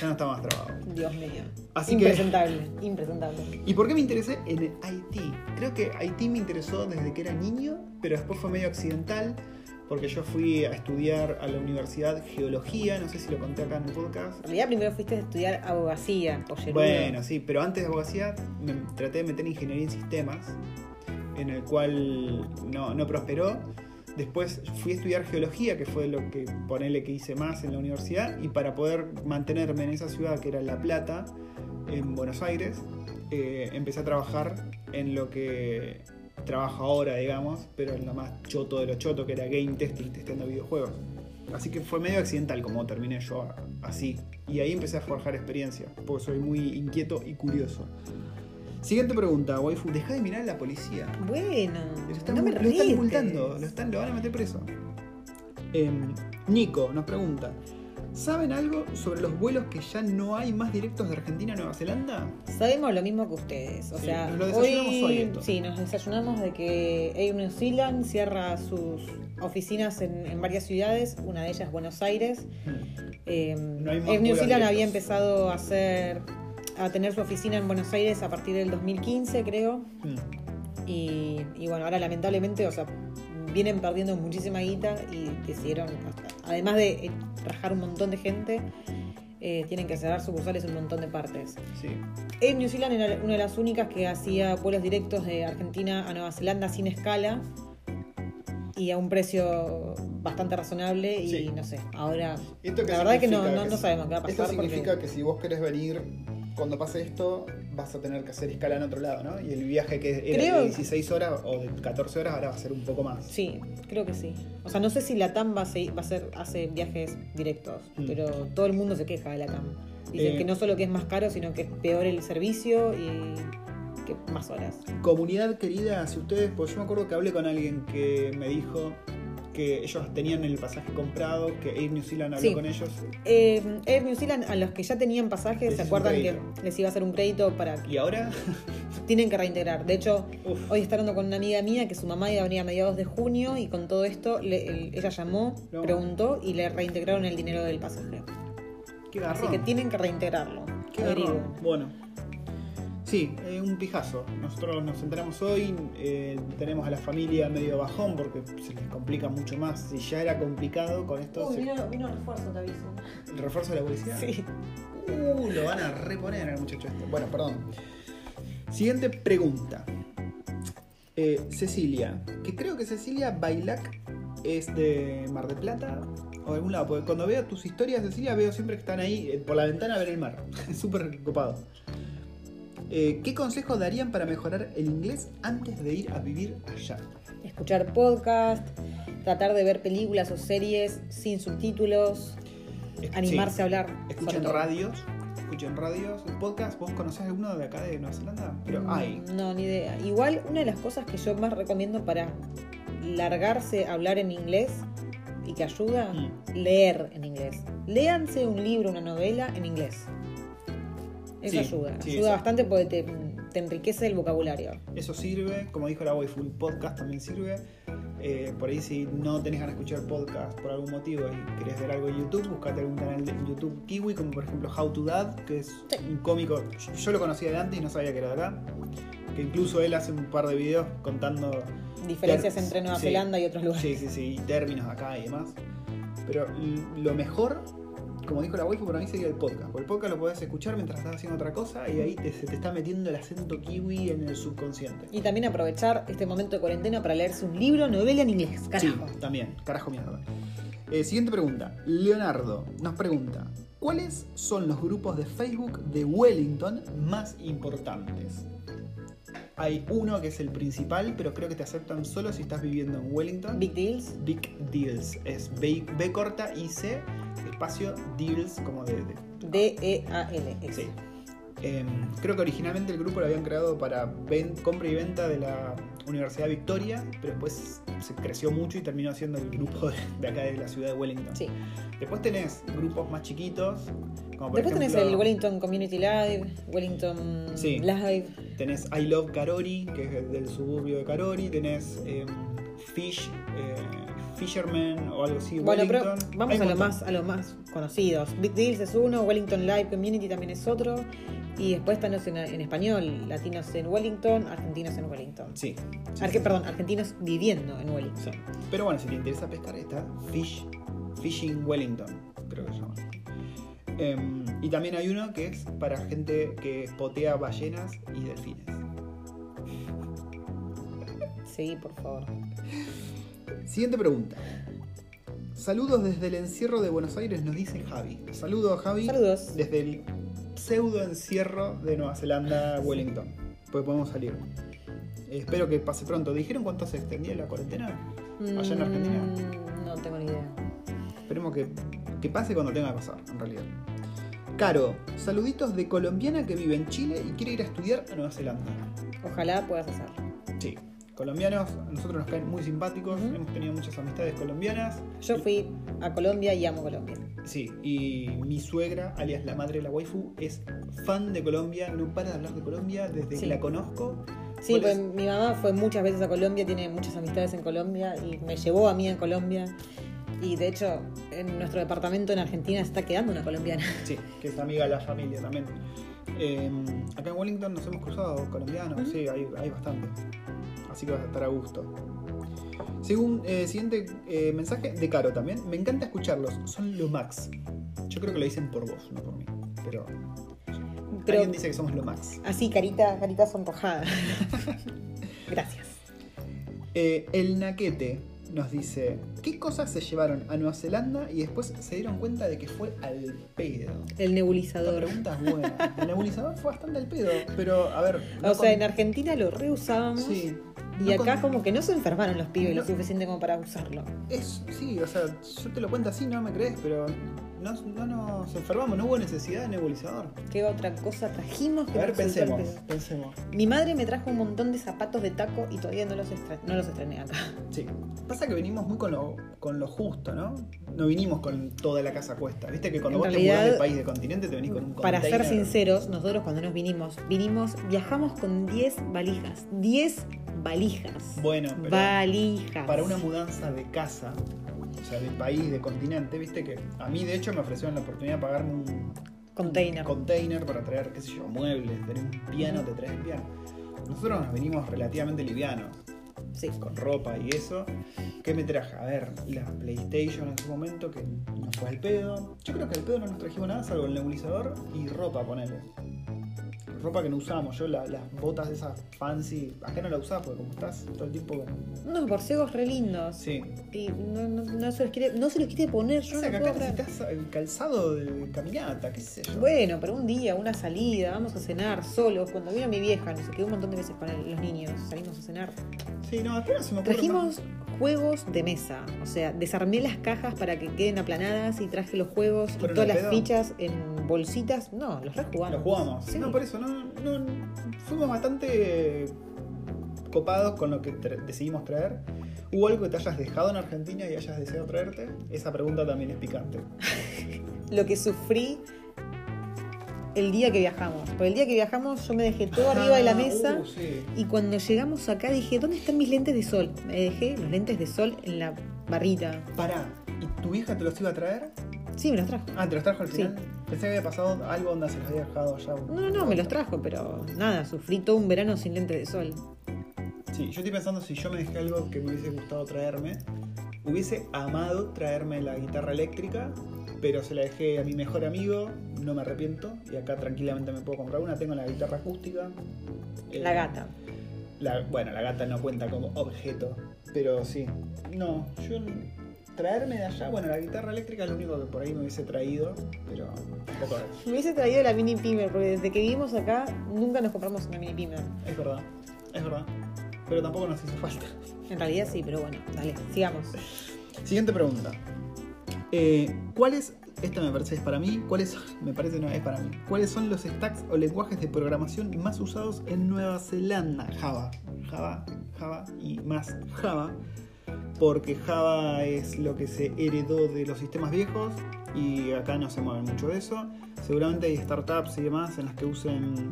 [SPEAKER 1] ya no está más trabado.
[SPEAKER 2] Dios mío.
[SPEAKER 1] Así que-
[SPEAKER 2] impresentable, impresentable.
[SPEAKER 1] ¿Y por qué me interesé en el Haití? Creo que Haití me interesó desde que era niño, pero después fue medio accidental, porque yo fui a estudiar a la universidad geología, no sé si lo conté acá en el podcast.
[SPEAKER 2] En realidad primero fuiste a estudiar abogacía, pollerudo.
[SPEAKER 1] Bueno, sí, pero antes de abogacía me traté de meter ingeniería en sistemas, en el cual no, no prosperó. Después fui a estudiar geología, que fue lo que ponele que hice más en la universidad, y para poder mantenerme en esa ciudad que era La Plata, en Buenos Aires, eh, empecé a trabajar en lo que trabajo ahora, digamos, pero en lo más choto de lo choto, que era game testing, testeando videojuegos. Así que fue medio accidental como terminé yo a- así. Y ahí empecé a forjar experiencia, porque soy muy inquieto y curioso. Siguiente pregunta, waifu. Deja de mirar a la policía.
[SPEAKER 2] Bueno,
[SPEAKER 1] Lo están,
[SPEAKER 2] no me
[SPEAKER 1] lo están
[SPEAKER 2] retes.
[SPEAKER 1] multando, lo, están, lo van a meter preso. Em, Nico nos pregunta: ¿Saben algo sobre los vuelos que ya no hay más directos de Argentina a Nueva Zelanda?
[SPEAKER 2] Sabemos lo mismo que ustedes. O
[SPEAKER 1] Sí,
[SPEAKER 2] sea,
[SPEAKER 1] nos lo desayunamos hoy esto.
[SPEAKER 2] Sí, nos desayunamos de que Air New Zealand cierra sus oficinas en, en varias ciudades, una de ellas Buenos Aires.
[SPEAKER 1] hay
[SPEAKER 2] Eh,
[SPEAKER 1] más
[SPEAKER 2] Air New
[SPEAKER 1] vuelos
[SPEAKER 2] Zealand
[SPEAKER 1] directos.
[SPEAKER 2] había empezado a hacer a tener su oficina en Buenos Aires a partir del 2015, creo.
[SPEAKER 1] Mm.
[SPEAKER 2] Y, y bueno, ahora lamentablemente, o sea, vienen perdiendo muchísima guita y decidieron, además de eh, rajar un montón de gente, eh, tienen que cerrar sucursales en un montón de partes.
[SPEAKER 1] Sí.
[SPEAKER 2] Air New Zealand era una de las únicas que hacía vuelos directos de Argentina a Nueva Zelanda sin escala y a un precio bastante razonable y
[SPEAKER 1] Sí.
[SPEAKER 2] no sé, ahora
[SPEAKER 1] Esto
[SPEAKER 2] la verdad es que no,
[SPEAKER 1] significa
[SPEAKER 2] no, no
[SPEAKER 1] si-
[SPEAKER 2] sabemos qué va a pasar.
[SPEAKER 1] Esto
[SPEAKER 2] porque-
[SPEAKER 1] significa que si vos querés venir, cuando pase esto, vas a tener que hacer escala en otro lado, ¿no? Y el viaje que era
[SPEAKER 2] Creo-
[SPEAKER 1] de 16 horas o de 14 horas ahora va a ser un poco más.
[SPEAKER 2] Sí, creo que sí. O sea, no sé si la TAM va a, se- va a hacer, hace viajes directos,
[SPEAKER 1] Mm.
[SPEAKER 2] pero todo el mundo se queja de la TAM. Dicen
[SPEAKER 1] Eh.
[SPEAKER 2] que no solo que es más caro, sino que es peor el servicio y que más horas.
[SPEAKER 1] Comunidad querida, si ustedes, pues yo me acuerdo que hablé con alguien que me dijo que ellos tenían el pasaje comprado, que Air New Zealand habló
[SPEAKER 2] Sí.
[SPEAKER 1] con ellos
[SPEAKER 2] Eh, Air New Zealand, a los que ya tenían pasajes,
[SPEAKER 1] Les hizo
[SPEAKER 2] ¿se
[SPEAKER 1] un
[SPEAKER 2] acuerdan que
[SPEAKER 1] crédito.
[SPEAKER 2] les iba a hacer un crédito para que
[SPEAKER 1] y ahora,
[SPEAKER 2] tienen que reintegrar? De hecho,
[SPEAKER 1] uff,
[SPEAKER 2] hoy está hablando con una amiga mía que su mamá iba a venir a mediados de junio y con todo esto le- el- ella llamó,
[SPEAKER 1] No.
[SPEAKER 2] preguntó y le reintegraron el dinero del pasaje.
[SPEAKER 1] qué
[SPEAKER 2] Así
[SPEAKER 1] garrón.
[SPEAKER 2] que tienen que reintegrarlo.
[SPEAKER 1] Qué
[SPEAKER 2] Averigüen.
[SPEAKER 1] garrón. Bueno. Sí, eh, un pijazo. Nosotros nos enteramos hoy, eh, tenemos a la familia medio bajón porque se les complica mucho más. Si ya era complicado con esto, se-
[SPEAKER 2] refuerzo, te aviso.
[SPEAKER 1] el refuerzo de la policía.
[SPEAKER 2] Sí.
[SPEAKER 1] Uh, lo van a reponer al muchacho este. Bueno, perdón. Siguiente pregunta. Eh, Cecilia, que creo que Cecilia Bailac es de Mar del Plata o de algún lado, porque cuando veo tus historias, Cecilia, veo siempre que están ahí eh, por la ventana a ver el mar. Es súper copado. Eh, ¿Qué consejos darían para mejorar el inglés antes de ir a vivir allá?
[SPEAKER 2] Escuchar podcast, tratar de ver películas o series sin subtítulos,
[SPEAKER 1] Es-
[SPEAKER 2] animarse
[SPEAKER 1] sí.
[SPEAKER 2] a hablar. sobre
[SPEAKER 1] Escuchen
[SPEAKER 2] todo.
[SPEAKER 1] radios, escuchen radios, podcast. ¿Vos conocés alguno de acá de Nueva Zelanda? Pero
[SPEAKER 2] Mm,
[SPEAKER 1] hay.
[SPEAKER 2] No, ni idea. Igual, una de las cosas que yo más recomiendo para largarse a hablar en inglés y que ayuda,
[SPEAKER 1] Mm.
[SPEAKER 2] leer en inglés. Léanse un libro, una novela en inglés. Eso
[SPEAKER 1] Sí,
[SPEAKER 2] ayuda.
[SPEAKER 1] sí,
[SPEAKER 2] ayuda
[SPEAKER 1] eso.
[SPEAKER 2] bastante porque te, te enriquece el vocabulario.
[SPEAKER 1] Eso sirve, como dijo la waifu, el podcast también sirve. Eh, por ahí si no tenés ganas de escuchar podcast por algún motivo y querés ver algo en YouTube, buscate algún canal de YouTube kiwi, como por ejemplo How to Dad, que es
[SPEAKER 2] Sí.
[SPEAKER 1] un cómico, yo- yo lo conocía de antes y no sabía que era de acá, que incluso él hace un par de videos contando
[SPEAKER 2] Diferencias
[SPEAKER 1] Ter-
[SPEAKER 2] entre Nueva
[SPEAKER 1] sí.
[SPEAKER 2] Zelanda y otros lugares.
[SPEAKER 1] sí, sí, sí, términos de acá y demás. Pero l- lo mejor, como dijo la waifu, para mí sería el podcast, porque el podcast lo podés escuchar mientras estás haciendo otra cosa y ahí te- se te está metiendo el acento kiwi en el subconsciente.
[SPEAKER 2] Y también aprovechar este momento de cuarentena para leerse un libro, novela en inglés. Carajo.
[SPEAKER 1] Sí, también, carajo mierda. Eh, siguiente pregunta. Leonardo nos pregunta: ¿Cuáles son los grupos de Facebook de Wellington más importantes? Hay uno que es el principal, pero creo que te aceptan solo si estás viviendo en Wellington.
[SPEAKER 2] Big deals.
[SPEAKER 1] Big Deals. Es B, B
[SPEAKER 2] E
[SPEAKER 1] corta y C, espacio Deals, como de. de-
[SPEAKER 2] D-E-A-L.
[SPEAKER 1] sí. Eh, creo que originalmente el grupo lo habían creado para ven- compra y venta de la Universidad Victoria, pero después se creció mucho y terminó siendo el grupo de, de acá de la ciudad de Wellington.
[SPEAKER 2] Sí.
[SPEAKER 1] Después tenés grupos más chiquitos, como por
[SPEAKER 2] Después tenés
[SPEAKER 1] ejemplo,
[SPEAKER 2] el Wellington Community Live, Wellington
[SPEAKER 1] Sí.
[SPEAKER 2] Live.
[SPEAKER 1] tenés I Love Carori, que es del- del suburbio de Carori, tenés eh, Fish, eh, Fisherman o algo así.
[SPEAKER 2] Bueno, pero
[SPEAKER 1] Wellington. Hay
[SPEAKER 2] vamos a
[SPEAKER 1] un
[SPEAKER 2] lo,
[SPEAKER 1] montón.
[SPEAKER 2] más, a lo más conocidos. Big Deals es uno, Wellington Live Community también es otro. Y después están los en, en español, latinos en Wellington, argentinos en Wellington.
[SPEAKER 1] Sí.
[SPEAKER 2] Arge- perdón, argentinos viviendo en Wellington.
[SPEAKER 1] Sí. Pero bueno, si te interesa pescar, está Fish, Fishing Wellington, creo que se llama. Em, y también hay uno que es para gente que potea ballenas y delfines.
[SPEAKER 2] Sí, por favor.
[SPEAKER 1] Siguiente pregunta. Saludos desde el encierro de Buenos Aires, nos dice Javi. Saludos, Javi.
[SPEAKER 2] Saludos.
[SPEAKER 1] Desde el pseudo encierro de Nueva Zelanda, Wellington. Pues podemos salir. Eh, Espero que pase pronto. ¿Dijeron cuánto se extendía la cuarentena? Allá en Argentina.
[SPEAKER 2] Mm, No tengo ni idea.
[SPEAKER 1] Esperemos que, que pase cuando tenga que pasar, en realidad. Caro, saluditos de colombiana que vive en Chile y quiere ir a estudiar a Nueva Zelanda.
[SPEAKER 2] Ojalá puedas hacerlo.
[SPEAKER 1] Sí. Colombianos, a nosotros nos caen muy simpáticos,
[SPEAKER 2] Ujú.
[SPEAKER 1] hemos tenido muchas amistades colombianas.
[SPEAKER 2] Yo fui a Colombia y amo Colombia.
[SPEAKER 1] Sí, y mi suegra, alias la madre de la waifu, es fan de Colombia, no para de hablar de Colombia desde
[SPEAKER 2] Sí.
[SPEAKER 1] que la conozco.
[SPEAKER 2] Sí,
[SPEAKER 1] ¿Cuál
[SPEAKER 2] pues
[SPEAKER 1] es?
[SPEAKER 2] mi mamá fue muchas veces a Colombia, tiene muchas amistades en Colombia y me llevó a mí en Colombia. Y de hecho, en nuestro departamento en Argentina se está quedando una colombiana.
[SPEAKER 1] Sí, que es amiga de la familia también. Eh, acá en Wellington nos hemos cruzado colombianos,
[SPEAKER 2] Ujú.
[SPEAKER 1] sí, hay, hay bastante. Así que vas a estar a gusto. Según eh, siguiente eh, mensaje de Caro también. Me encanta escucharlos, son lo max. Yo creo que lo dicen por vos, no por mí. Pero,
[SPEAKER 2] Pero
[SPEAKER 1] alguien dice que somos lo max.
[SPEAKER 2] así, carita, carita sonrojada. Gracias.
[SPEAKER 1] Eh, el Naquete nos dice: ¿Qué cosas se llevaron a Nueva Zelanda y después se dieron cuenta de que fue al pedo?
[SPEAKER 2] El
[SPEAKER 1] La
[SPEAKER 2] nebulizador.
[SPEAKER 1] pregunta es buena. El nebulizador fue bastante al pedo, pero a ver. no
[SPEAKER 2] O sea,
[SPEAKER 1] con-
[SPEAKER 2] en Argentina lo reusábamos
[SPEAKER 1] Sí.
[SPEAKER 2] y
[SPEAKER 1] no
[SPEAKER 2] acá
[SPEAKER 1] con-
[SPEAKER 2] como que no se enfermaron los pibes lo
[SPEAKER 1] No.
[SPEAKER 2] suficiente como para usarlo.
[SPEAKER 1] Es, sí, o sea, yo te lo cuento así, no me crees, pero no, no nos enfermamos, no hubo necesidad de nebulizador.
[SPEAKER 2] ¿Qué otra cosa trajimos?
[SPEAKER 1] A
[SPEAKER 2] que
[SPEAKER 1] ver,
[SPEAKER 2] nos resultó
[SPEAKER 1] pensemos,
[SPEAKER 2] el pedo?
[SPEAKER 1] pensemos.
[SPEAKER 2] Mi madre me trajo un montón de zapatos de taco y todavía no los, estra- no los estrené acá.
[SPEAKER 1] Sí. Pasa que venimos muy con lo, con lo justo, ¿no? No vinimos con toda la casa cuesta. Viste que cuando
[SPEAKER 2] En
[SPEAKER 1] vos te mudás
[SPEAKER 2] realidad,
[SPEAKER 1] de país, de continente, te venís con un
[SPEAKER 2] Para ser
[SPEAKER 1] container.
[SPEAKER 2] sinceros, nosotros cuando nos vinimos, vinimos, viajamos con 10 valijas. 10 valijas.
[SPEAKER 1] Bueno, pero
[SPEAKER 2] valijas.
[SPEAKER 1] para una mudanza de casa, o sea, de país, de continente, viste que a mí, de hecho, me ofrecieron la oportunidad de pagarme un
[SPEAKER 2] Container.
[SPEAKER 1] container para traer, qué sé yo, muebles, tener un piano, te traes el piano. Nosotros nos venimos relativamente livianos,
[SPEAKER 2] Sí.
[SPEAKER 1] con ropa y eso. ¿Qué me traje? A ver, la PlayStation en su momento, que no fue al pedo. Yo creo que al pedo no nos trajimos nada, salvo el nebulizador y ropa, ponele. Ropa que no usamos, yo la- las botas de esas fancy, acá no la usás porque como estás todo el tiempo con...
[SPEAKER 2] Unos borcegos re lindos.
[SPEAKER 1] Sí.
[SPEAKER 2] Y no, no- no se los quiere, no se los quiere poner. Yo
[SPEAKER 1] O sea,
[SPEAKER 2] no
[SPEAKER 1] que acá
[SPEAKER 2] puedo creer.
[SPEAKER 1] necesitas el calzado de caminata, qué sé yo.
[SPEAKER 2] Bueno, pero un día, una salida, vamos a cenar solos. Cuando vino mi vieja, nos quedó un montón de veces para los niños, salimos a cenar.
[SPEAKER 1] Sí, no, acá no se me ocurre
[SPEAKER 2] Trajimos juegos de mesa, o sea, desarmé las cajas para que queden aplanadas y traje los juegos y
[SPEAKER 1] ¿Fueron
[SPEAKER 2] todas
[SPEAKER 1] al
[SPEAKER 2] las
[SPEAKER 1] pedo?
[SPEAKER 2] fichas en bolsitas. No, los
[SPEAKER 1] más.
[SPEAKER 2] rejugamos.
[SPEAKER 1] Lo jugamos.
[SPEAKER 2] Sí.
[SPEAKER 1] No, por eso, no, no, fuimos bastante eh, copados con lo que tra- decidimos traer. ¿Hubo algo que te hayas dejado en Argentina y hayas deseado traerte? Esa pregunta también es picante.
[SPEAKER 2] Lo que sufrí el día que viajamos. Porque el día que viajamos yo me dejé todo arriba de la
[SPEAKER 1] Ah,
[SPEAKER 2] mesa.
[SPEAKER 1] uh, sí.
[SPEAKER 2] Y cuando llegamos acá dije, ¿dónde están mis lentes de sol? Me dejé los lentes de sol en la barrita.
[SPEAKER 1] Pará, ¿y tu vieja te los iba a traer?
[SPEAKER 2] Sí, me los trajo.
[SPEAKER 1] Ah, ¿te los trajo al
[SPEAKER 2] Sí.
[SPEAKER 1] final? Pensé que había pasado algo donde se los había dejado allá.
[SPEAKER 2] No, no, no, me los trajo, pero nada, sufrí todo un verano sin lentes de sol.
[SPEAKER 1] Sí, yo estoy pensando si yo me dejé algo que me hubiese gustado traerme. Hubiese amado traerme la guitarra eléctrica, pero se la dejé a mi mejor amigo, no me arrepiento, y acá tranquilamente me puedo comprar una. Tengo la guitarra acústica. Eh,
[SPEAKER 2] La gata.
[SPEAKER 1] la- bueno, la gata no cuenta como objeto, pero sí. No, yo n- traerme de allá, bueno, la guitarra eléctrica es lo único que por ahí me hubiese traído, pero tampoco es,
[SPEAKER 2] Me hubiese traído la mini pimer, porque desde que vivimos acá nunca nos compramos una mini pimer.
[SPEAKER 1] es verdad, es verdad. Pero tampoco nos hizo falta.
[SPEAKER 2] En realidad sí, pero bueno, dale, sigamos.
[SPEAKER 1] Siguiente pregunta. Eh, ¿Cuáles Esta me parece es para mí. ¿Cuáles son? Me parece no es para mí. ¿Cuáles son los stacks o lenguajes de programación más usados en Nueva Zelanda? Java. Java, Java y más Java. Porque Java es lo que se heredó de los sistemas viejos y acá no se mueve mucho de eso. Seguramente hay startups y demás en las que usen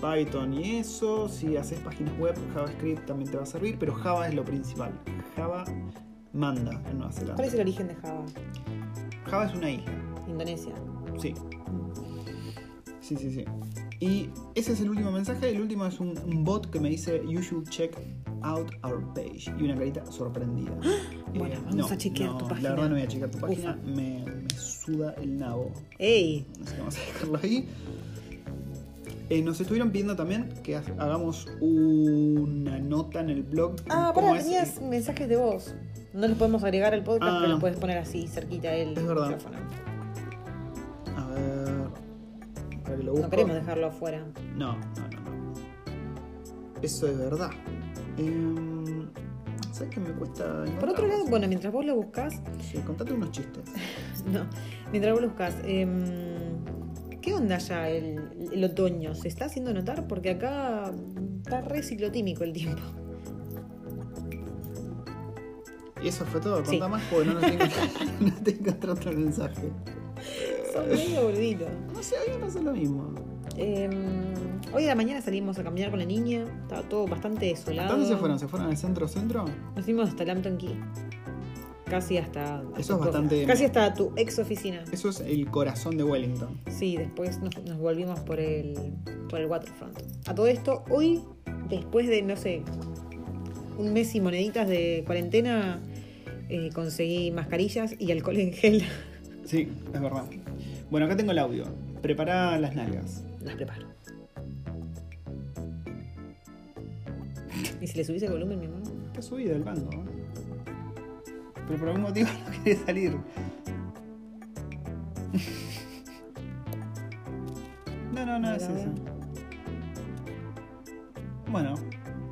[SPEAKER 1] Python y eso. Si haces páginas web, JavaScript también te va a servir, pero Java es lo principal. Java manda en Nueva Zelanda.
[SPEAKER 2] ¿Cuál es el origen de Java?
[SPEAKER 1] Java es una isla.
[SPEAKER 2] Indonesia.
[SPEAKER 1] Sí. Mm. Sí, sí, sí. Y ese es el último mensaje. El último es un, un bot que me dice You should check out our page. Y una carita sorprendida.
[SPEAKER 2] Bueno, vamos a chequear tu
[SPEAKER 1] La
[SPEAKER 2] página.
[SPEAKER 1] verdad no voy a chequear tu página. Me, me suda el nabo.
[SPEAKER 2] ¡Ey!
[SPEAKER 1] Así que vamos a dejarlo ahí. Eh, nos estuvieron pidiendo también que ha- hagamos una nota en el blog.
[SPEAKER 2] Ah,
[SPEAKER 1] ¿Cómo
[SPEAKER 2] pará,
[SPEAKER 1] es? eh,
[SPEAKER 2] tenías mensajes de voz. No los podemos agregar al podcast,
[SPEAKER 1] Ah.
[SPEAKER 2] pero los puedes poner así, cerquita del
[SPEAKER 1] Es verdad.
[SPEAKER 2] micrófono.
[SPEAKER 1] A ver. para que lo busco.
[SPEAKER 2] No queremos dejarlo afuera.
[SPEAKER 1] No, no, no, no. Eso es verdad. Em, ¿Sabes qué me cuesta
[SPEAKER 2] Por otro lado,
[SPEAKER 1] encontrarlos?
[SPEAKER 2] bueno, mientras vos lo buscas,
[SPEAKER 1] Sí, contate unos chistes.
[SPEAKER 2] no, mientras vos lo buscas, em, ¿qué onda ya el, el otoño? ¿Se está haciendo notar? Porque acá está re ciclotímico el tiempo.
[SPEAKER 1] Y eso fue todo. Contá
[SPEAKER 2] Sí.
[SPEAKER 1] más porque no, no, tengo, no tengo otro otro mensaje.
[SPEAKER 2] Son medio gorditos.
[SPEAKER 1] No sé, a mí me pasa lo mismo.
[SPEAKER 2] Em, hoy a la mañana salimos a caminar con la niña, estaba todo bastante desolado.
[SPEAKER 1] ¿Dónde se fueron? ¿Se fueron al centro-centro?
[SPEAKER 2] Nos fuimos hasta Lambton Key. Casi hasta.
[SPEAKER 1] Eso es bastante-
[SPEAKER 2] Casi hasta tu ex oficina.
[SPEAKER 1] Eso es el corazón de Wellington.
[SPEAKER 2] Sí, después nos, nos volvimos por el, por el Waterfront. A todo esto, hoy, después de, no sé, un mes y moneditas de cuarentena, eh, conseguí mascarillas y alcohol en gel.
[SPEAKER 1] Sí, es verdad. Bueno, acá tengo el audio. Prepara las nalgas.
[SPEAKER 2] Las preparo. ¿Y si le subís el volumen, mi amor?
[SPEAKER 1] Está subida el banco. ¿eh? Pero por algún motivo no quiere salir. No, no, no
[SPEAKER 2] Mira,
[SPEAKER 1] es
[SPEAKER 2] a ver.
[SPEAKER 1] eso. Bueno,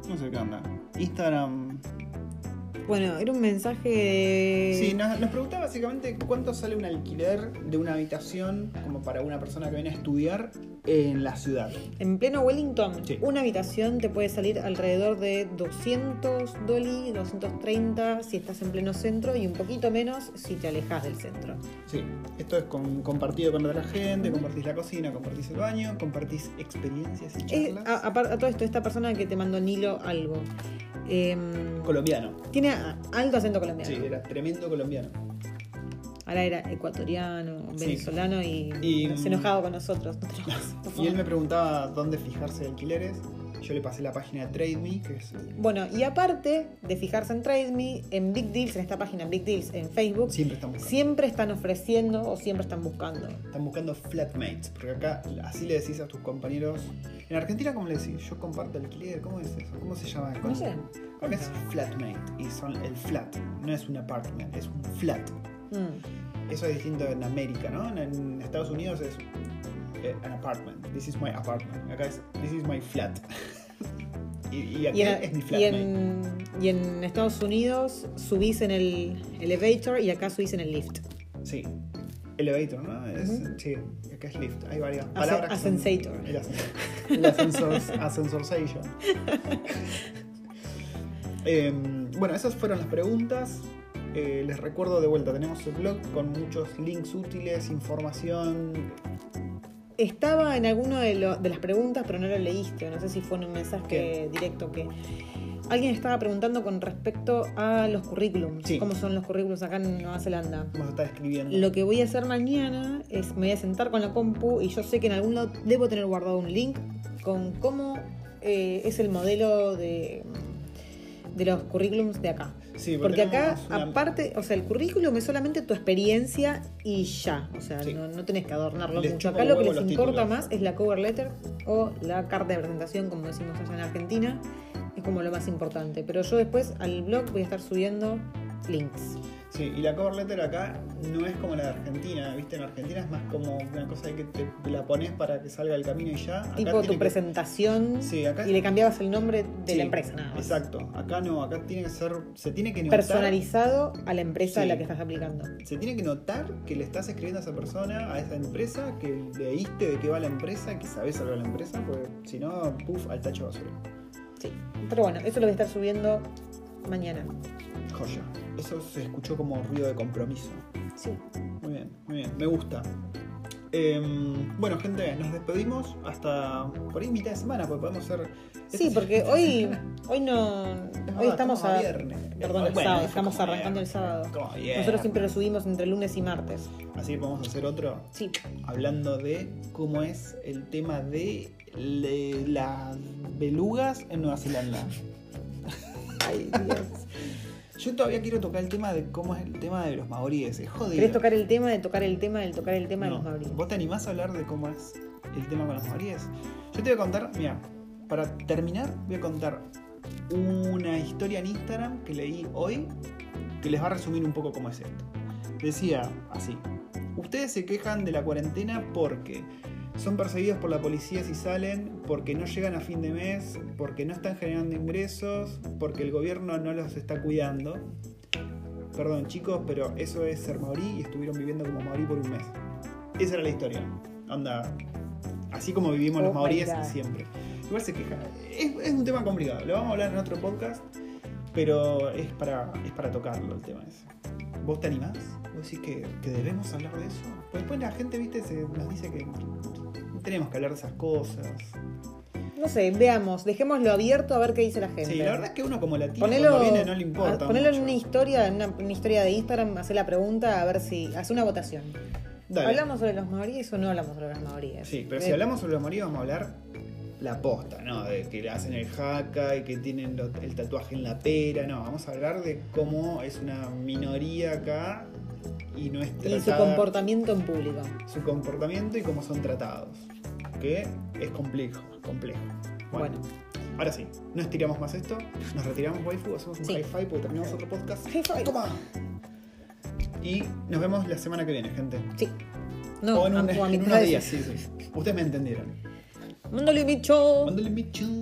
[SPEAKER 1] no sé qué onda. Instagram.
[SPEAKER 2] Bueno, era un mensaje de...
[SPEAKER 1] Sí, nos, nos preguntaba básicamente cuánto sale un alquiler de una habitación como para una persona que viene a estudiar en la ciudad.
[SPEAKER 2] En pleno Wellington,
[SPEAKER 1] Sí.
[SPEAKER 2] una habitación te puede salir alrededor de 200 doli, 230 si estás en pleno centro y un poquito menos si te alejas del centro.
[SPEAKER 1] Sí, esto es con- compartido con otra gente, compartís la cocina, compartís el baño, compartís experiencias y
[SPEAKER 2] Eh,
[SPEAKER 1] charlas.
[SPEAKER 2] a, apar- a todo esto, esta persona que te mandó Nilo algo, em,
[SPEAKER 1] Colombiano.
[SPEAKER 2] tiene a- alto acento colombiano.
[SPEAKER 1] Sí, era tremendo colombiano.
[SPEAKER 2] Ahora era ecuatoriano,
[SPEAKER 1] Sí.
[SPEAKER 2] venezolano y,
[SPEAKER 1] Y- mm,
[SPEAKER 2] se enojaba con nosotros. No te enojes, por
[SPEAKER 1] Y él
[SPEAKER 2] favor.
[SPEAKER 1] me preguntaba dónde fijarse de alquileres. Yo le pasé la página de TradeMe, que es.
[SPEAKER 2] Bueno, y aparte de fijarse en TradeMe, en Big Deals, en esta página en Big Deals, en Facebook,
[SPEAKER 1] Siempre están buscando.
[SPEAKER 2] siempre están ofreciendo o siempre están buscando.
[SPEAKER 1] Están buscando flatmates, porque acá así le decís a tus compañeros. En Argentina, ¿cómo le decís? Yo comparto alquiler, ¿cómo es eso? ¿Cómo se llama?
[SPEAKER 2] No sé.
[SPEAKER 1] Acá es flatmate, y son el flat, no es un apartment, es un flat.
[SPEAKER 2] Mm.
[SPEAKER 1] Eso es distinto en América, ¿no? En, en Estados Unidos es eh, an apartment. This is my apartment. Acá es this is my flat. y, y aquí
[SPEAKER 2] Y en,
[SPEAKER 1] es mi
[SPEAKER 2] y
[SPEAKER 1] flatmate.
[SPEAKER 2] en- y en Estados Unidos subís en el elevator y acá subís en el lift.
[SPEAKER 1] Sí. Elevator, ¿no? Es,
[SPEAKER 2] Ujú.
[SPEAKER 1] Sí, acá es lift. Hay varias palabras. que son-
[SPEAKER 2] ascensator.
[SPEAKER 1] El, ascensor. el ascensor. ascensorsation. Em, bueno, esas fueron las preguntas. Eh, les recuerdo de vuelta, tenemos el blog con muchos links útiles, información.
[SPEAKER 2] Estaba en alguno de, lo- de las preguntas, pero no lo leíste. o No sé si fue en un mensaje
[SPEAKER 1] ¿Qué?
[SPEAKER 2] directo que alguien estaba preguntando con respecto a los currículums.
[SPEAKER 1] Sí.
[SPEAKER 2] ¿Cómo son los currículums acá en Nueva Zelanda?
[SPEAKER 1] Vamos a estar escribiendo.
[SPEAKER 2] Lo que voy a hacer mañana es me voy a sentar con la compu y yo sé que en algún lado debo tener guardado un link con cómo eh, es el modelo de, de los currículums de acá.
[SPEAKER 1] Sí,
[SPEAKER 2] Porque acá,
[SPEAKER 1] tenemos una-
[SPEAKER 2] aparte, o sea, el currículum es solamente tu experiencia y ya. O sea,
[SPEAKER 1] Sí.
[SPEAKER 2] no, no tenés que adornarlo
[SPEAKER 1] Les
[SPEAKER 2] mucho.
[SPEAKER 1] chupa
[SPEAKER 2] Acá lo que
[SPEAKER 1] huevo
[SPEAKER 2] les
[SPEAKER 1] los
[SPEAKER 2] importa
[SPEAKER 1] títulos.
[SPEAKER 2] más es la cover letter o la carta de presentación, como decimos allá en Argentina. Es como lo más importante. Pero yo después al blog voy a estar subiendo links.
[SPEAKER 1] Sí, y la cover letter acá no es como la de Argentina, ¿viste? En Argentina es más como una cosa de que te te la pones para que salga el camino y ya. Acá
[SPEAKER 2] tipo tu
[SPEAKER 1] tiene que-
[SPEAKER 2] presentación
[SPEAKER 1] Sí, acá-
[SPEAKER 2] y le cambiabas el nombre de
[SPEAKER 1] Sí,
[SPEAKER 2] la empresa, nada más.
[SPEAKER 1] Exacto. Acá no, acá tiene que ser. Se tiene que notar.
[SPEAKER 2] Personalizado a la empresa a la
[SPEAKER 1] Sí.
[SPEAKER 2] que estás aplicando.
[SPEAKER 1] Se tiene que notar que le estás escribiendo a esa persona, a esa empresa, que leíste de qué va la empresa, que sabes algo de la empresa, porque si no, puff, al tacho basura.
[SPEAKER 2] Sí. Pero bueno, eso lo voy a estar subiendo mañana.
[SPEAKER 1] Joya. Eso se escuchó como ruido de compromiso.
[SPEAKER 2] Sí.
[SPEAKER 1] Muy bien, muy bien, me gusta. Em, bueno, gente, nos despedimos hasta por ahí mitad de semana, porque podemos este ser.
[SPEAKER 2] Sí, porque hoy, hoy no. Hoy estamos a.
[SPEAKER 1] viernes.
[SPEAKER 2] Perdón, el
[SPEAKER 1] Bueno, fue
[SPEAKER 2] sábado, estamos
[SPEAKER 1] como
[SPEAKER 2] arrancando el
[SPEAKER 1] viernes.
[SPEAKER 2] sábado.
[SPEAKER 1] Como
[SPEAKER 2] Nosotros
[SPEAKER 1] viernes.
[SPEAKER 2] siempre lo subimos entre lunes y martes.
[SPEAKER 1] Así que podemos hacer otro
[SPEAKER 2] Sí.
[SPEAKER 1] hablando de cómo es el tema de le- las belugas en Nueva Zelanda.
[SPEAKER 2] Ay, Dios.
[SPEAKER 1] Yo todavía quiero tocar el tema de cómo es el tema de los maoríes. Es jodido.
[SPEAKER 2] ¿Querés tocar el tema de tocar el tema del tocar el tema de
[SPEAKER 1] No.
[SPEAKER 2] los maoríes?
[SPEAKER 1] ¿Vos te animás a hablar de cómo es el tema con los maoríes? Yo te voy a contar, mira, para terminar, voy a contar una historia en Instagram que leí hoy que les va a resumir un poco cómo es esto. Decía así: Ustedes se quejan de la cuarentena porque son perseguidos por la policía si salen, porque no llegan a fin de mes, porque no están generando ingresos, porque el gobierno no los está cuidando. Perdón chicos, pero eso es ser maorí y estuvieron viviendo como maorí por un mes. Esa era la historia. Anda, así como vivimos
[SPEAKER 2] Oh
[SPEAKER 1] los
[SPEAKER 2] my
[SPEAKER 1] maoríes
[SPEAKER 2] God.
[SPEAKER 1] siempre. Igual se queja. Es, es un tema complicado, lo vamos a hablar en otro podcast, pero es para, es para tocarlo el tema ese. ¿Vos te animás? ¿Vos decís que, que debemos hablar de eso? Porque después la gente, viste, se, nos dice que tenemos que hablar de esas cosas.
[SPEAKER 2] No sé, veamos, dejémoslo abierto a ver qué dice la gente.
[SPEAKER 1] Sí, la verdad es que uno como latino
[SPEAKER 2] Ponelo,
[SPEAKER 1] cuando viene no le importa
[SPEAKER 2] a- ponelo en
[SPEAKER 1] mucho.
[SPEAKER 2] una historia, en una, una historia de Instagram, hace la pregunta a ver si. Hace una votación.
[SPEAKER 1] Dale.
[SPEAKER 2] ¿Hablamos sobre los maoríes o no hablamos sobre los maoríes?
[SPEAKER 1] Sí, pero
[SPEAKER 2] Eh,
[SPEAKER 1] si hablamos sobre los maridos vamos a hablar la posta, ¿no? De que le hacen el jaca y que tienen lo- el tatuaje en la pera, no, vamos a hablar de cómo es una minoría acá y no es
[SPEAKER 2] Y su
[SPEAKER 1] tratada-
[SPEAKER 2] comportamiento en público.
[SPEAKER 1] su comportamiento y cómo son tratados, que es complejo, complejo.
[SPEAKER 2] Bueno.
[SPEAKER 1] Ahora sí, no estiramos más esto, nos retiramos waifu, hacemos un
[SPEAKER 2] Sí.
[SPEAKER 1] hi-fi porque terminamos otro podcast.
[SPEAKER 2] High five.
[SPEAKER 1] ¡Toma! Y nos vemos la semana que viene, gente.
[SPEAKER 2] Sí. No,
[SPEAKER 1] o en,
[SPEAKER 2] a-
[SPEAKER 1] un-
[SPEAKER 2] o a
[SPEAKER 1] en
[SPEAKER 2] mitad
[SPEAKER 1] unos
[SPEAKER 2] de-
[SPEAKER 1] días, sí, sí. Ustedes me entendieron.
[SPEAKER 2] Mándale bicho.
[SPEAKER 1] Mándale mi chu.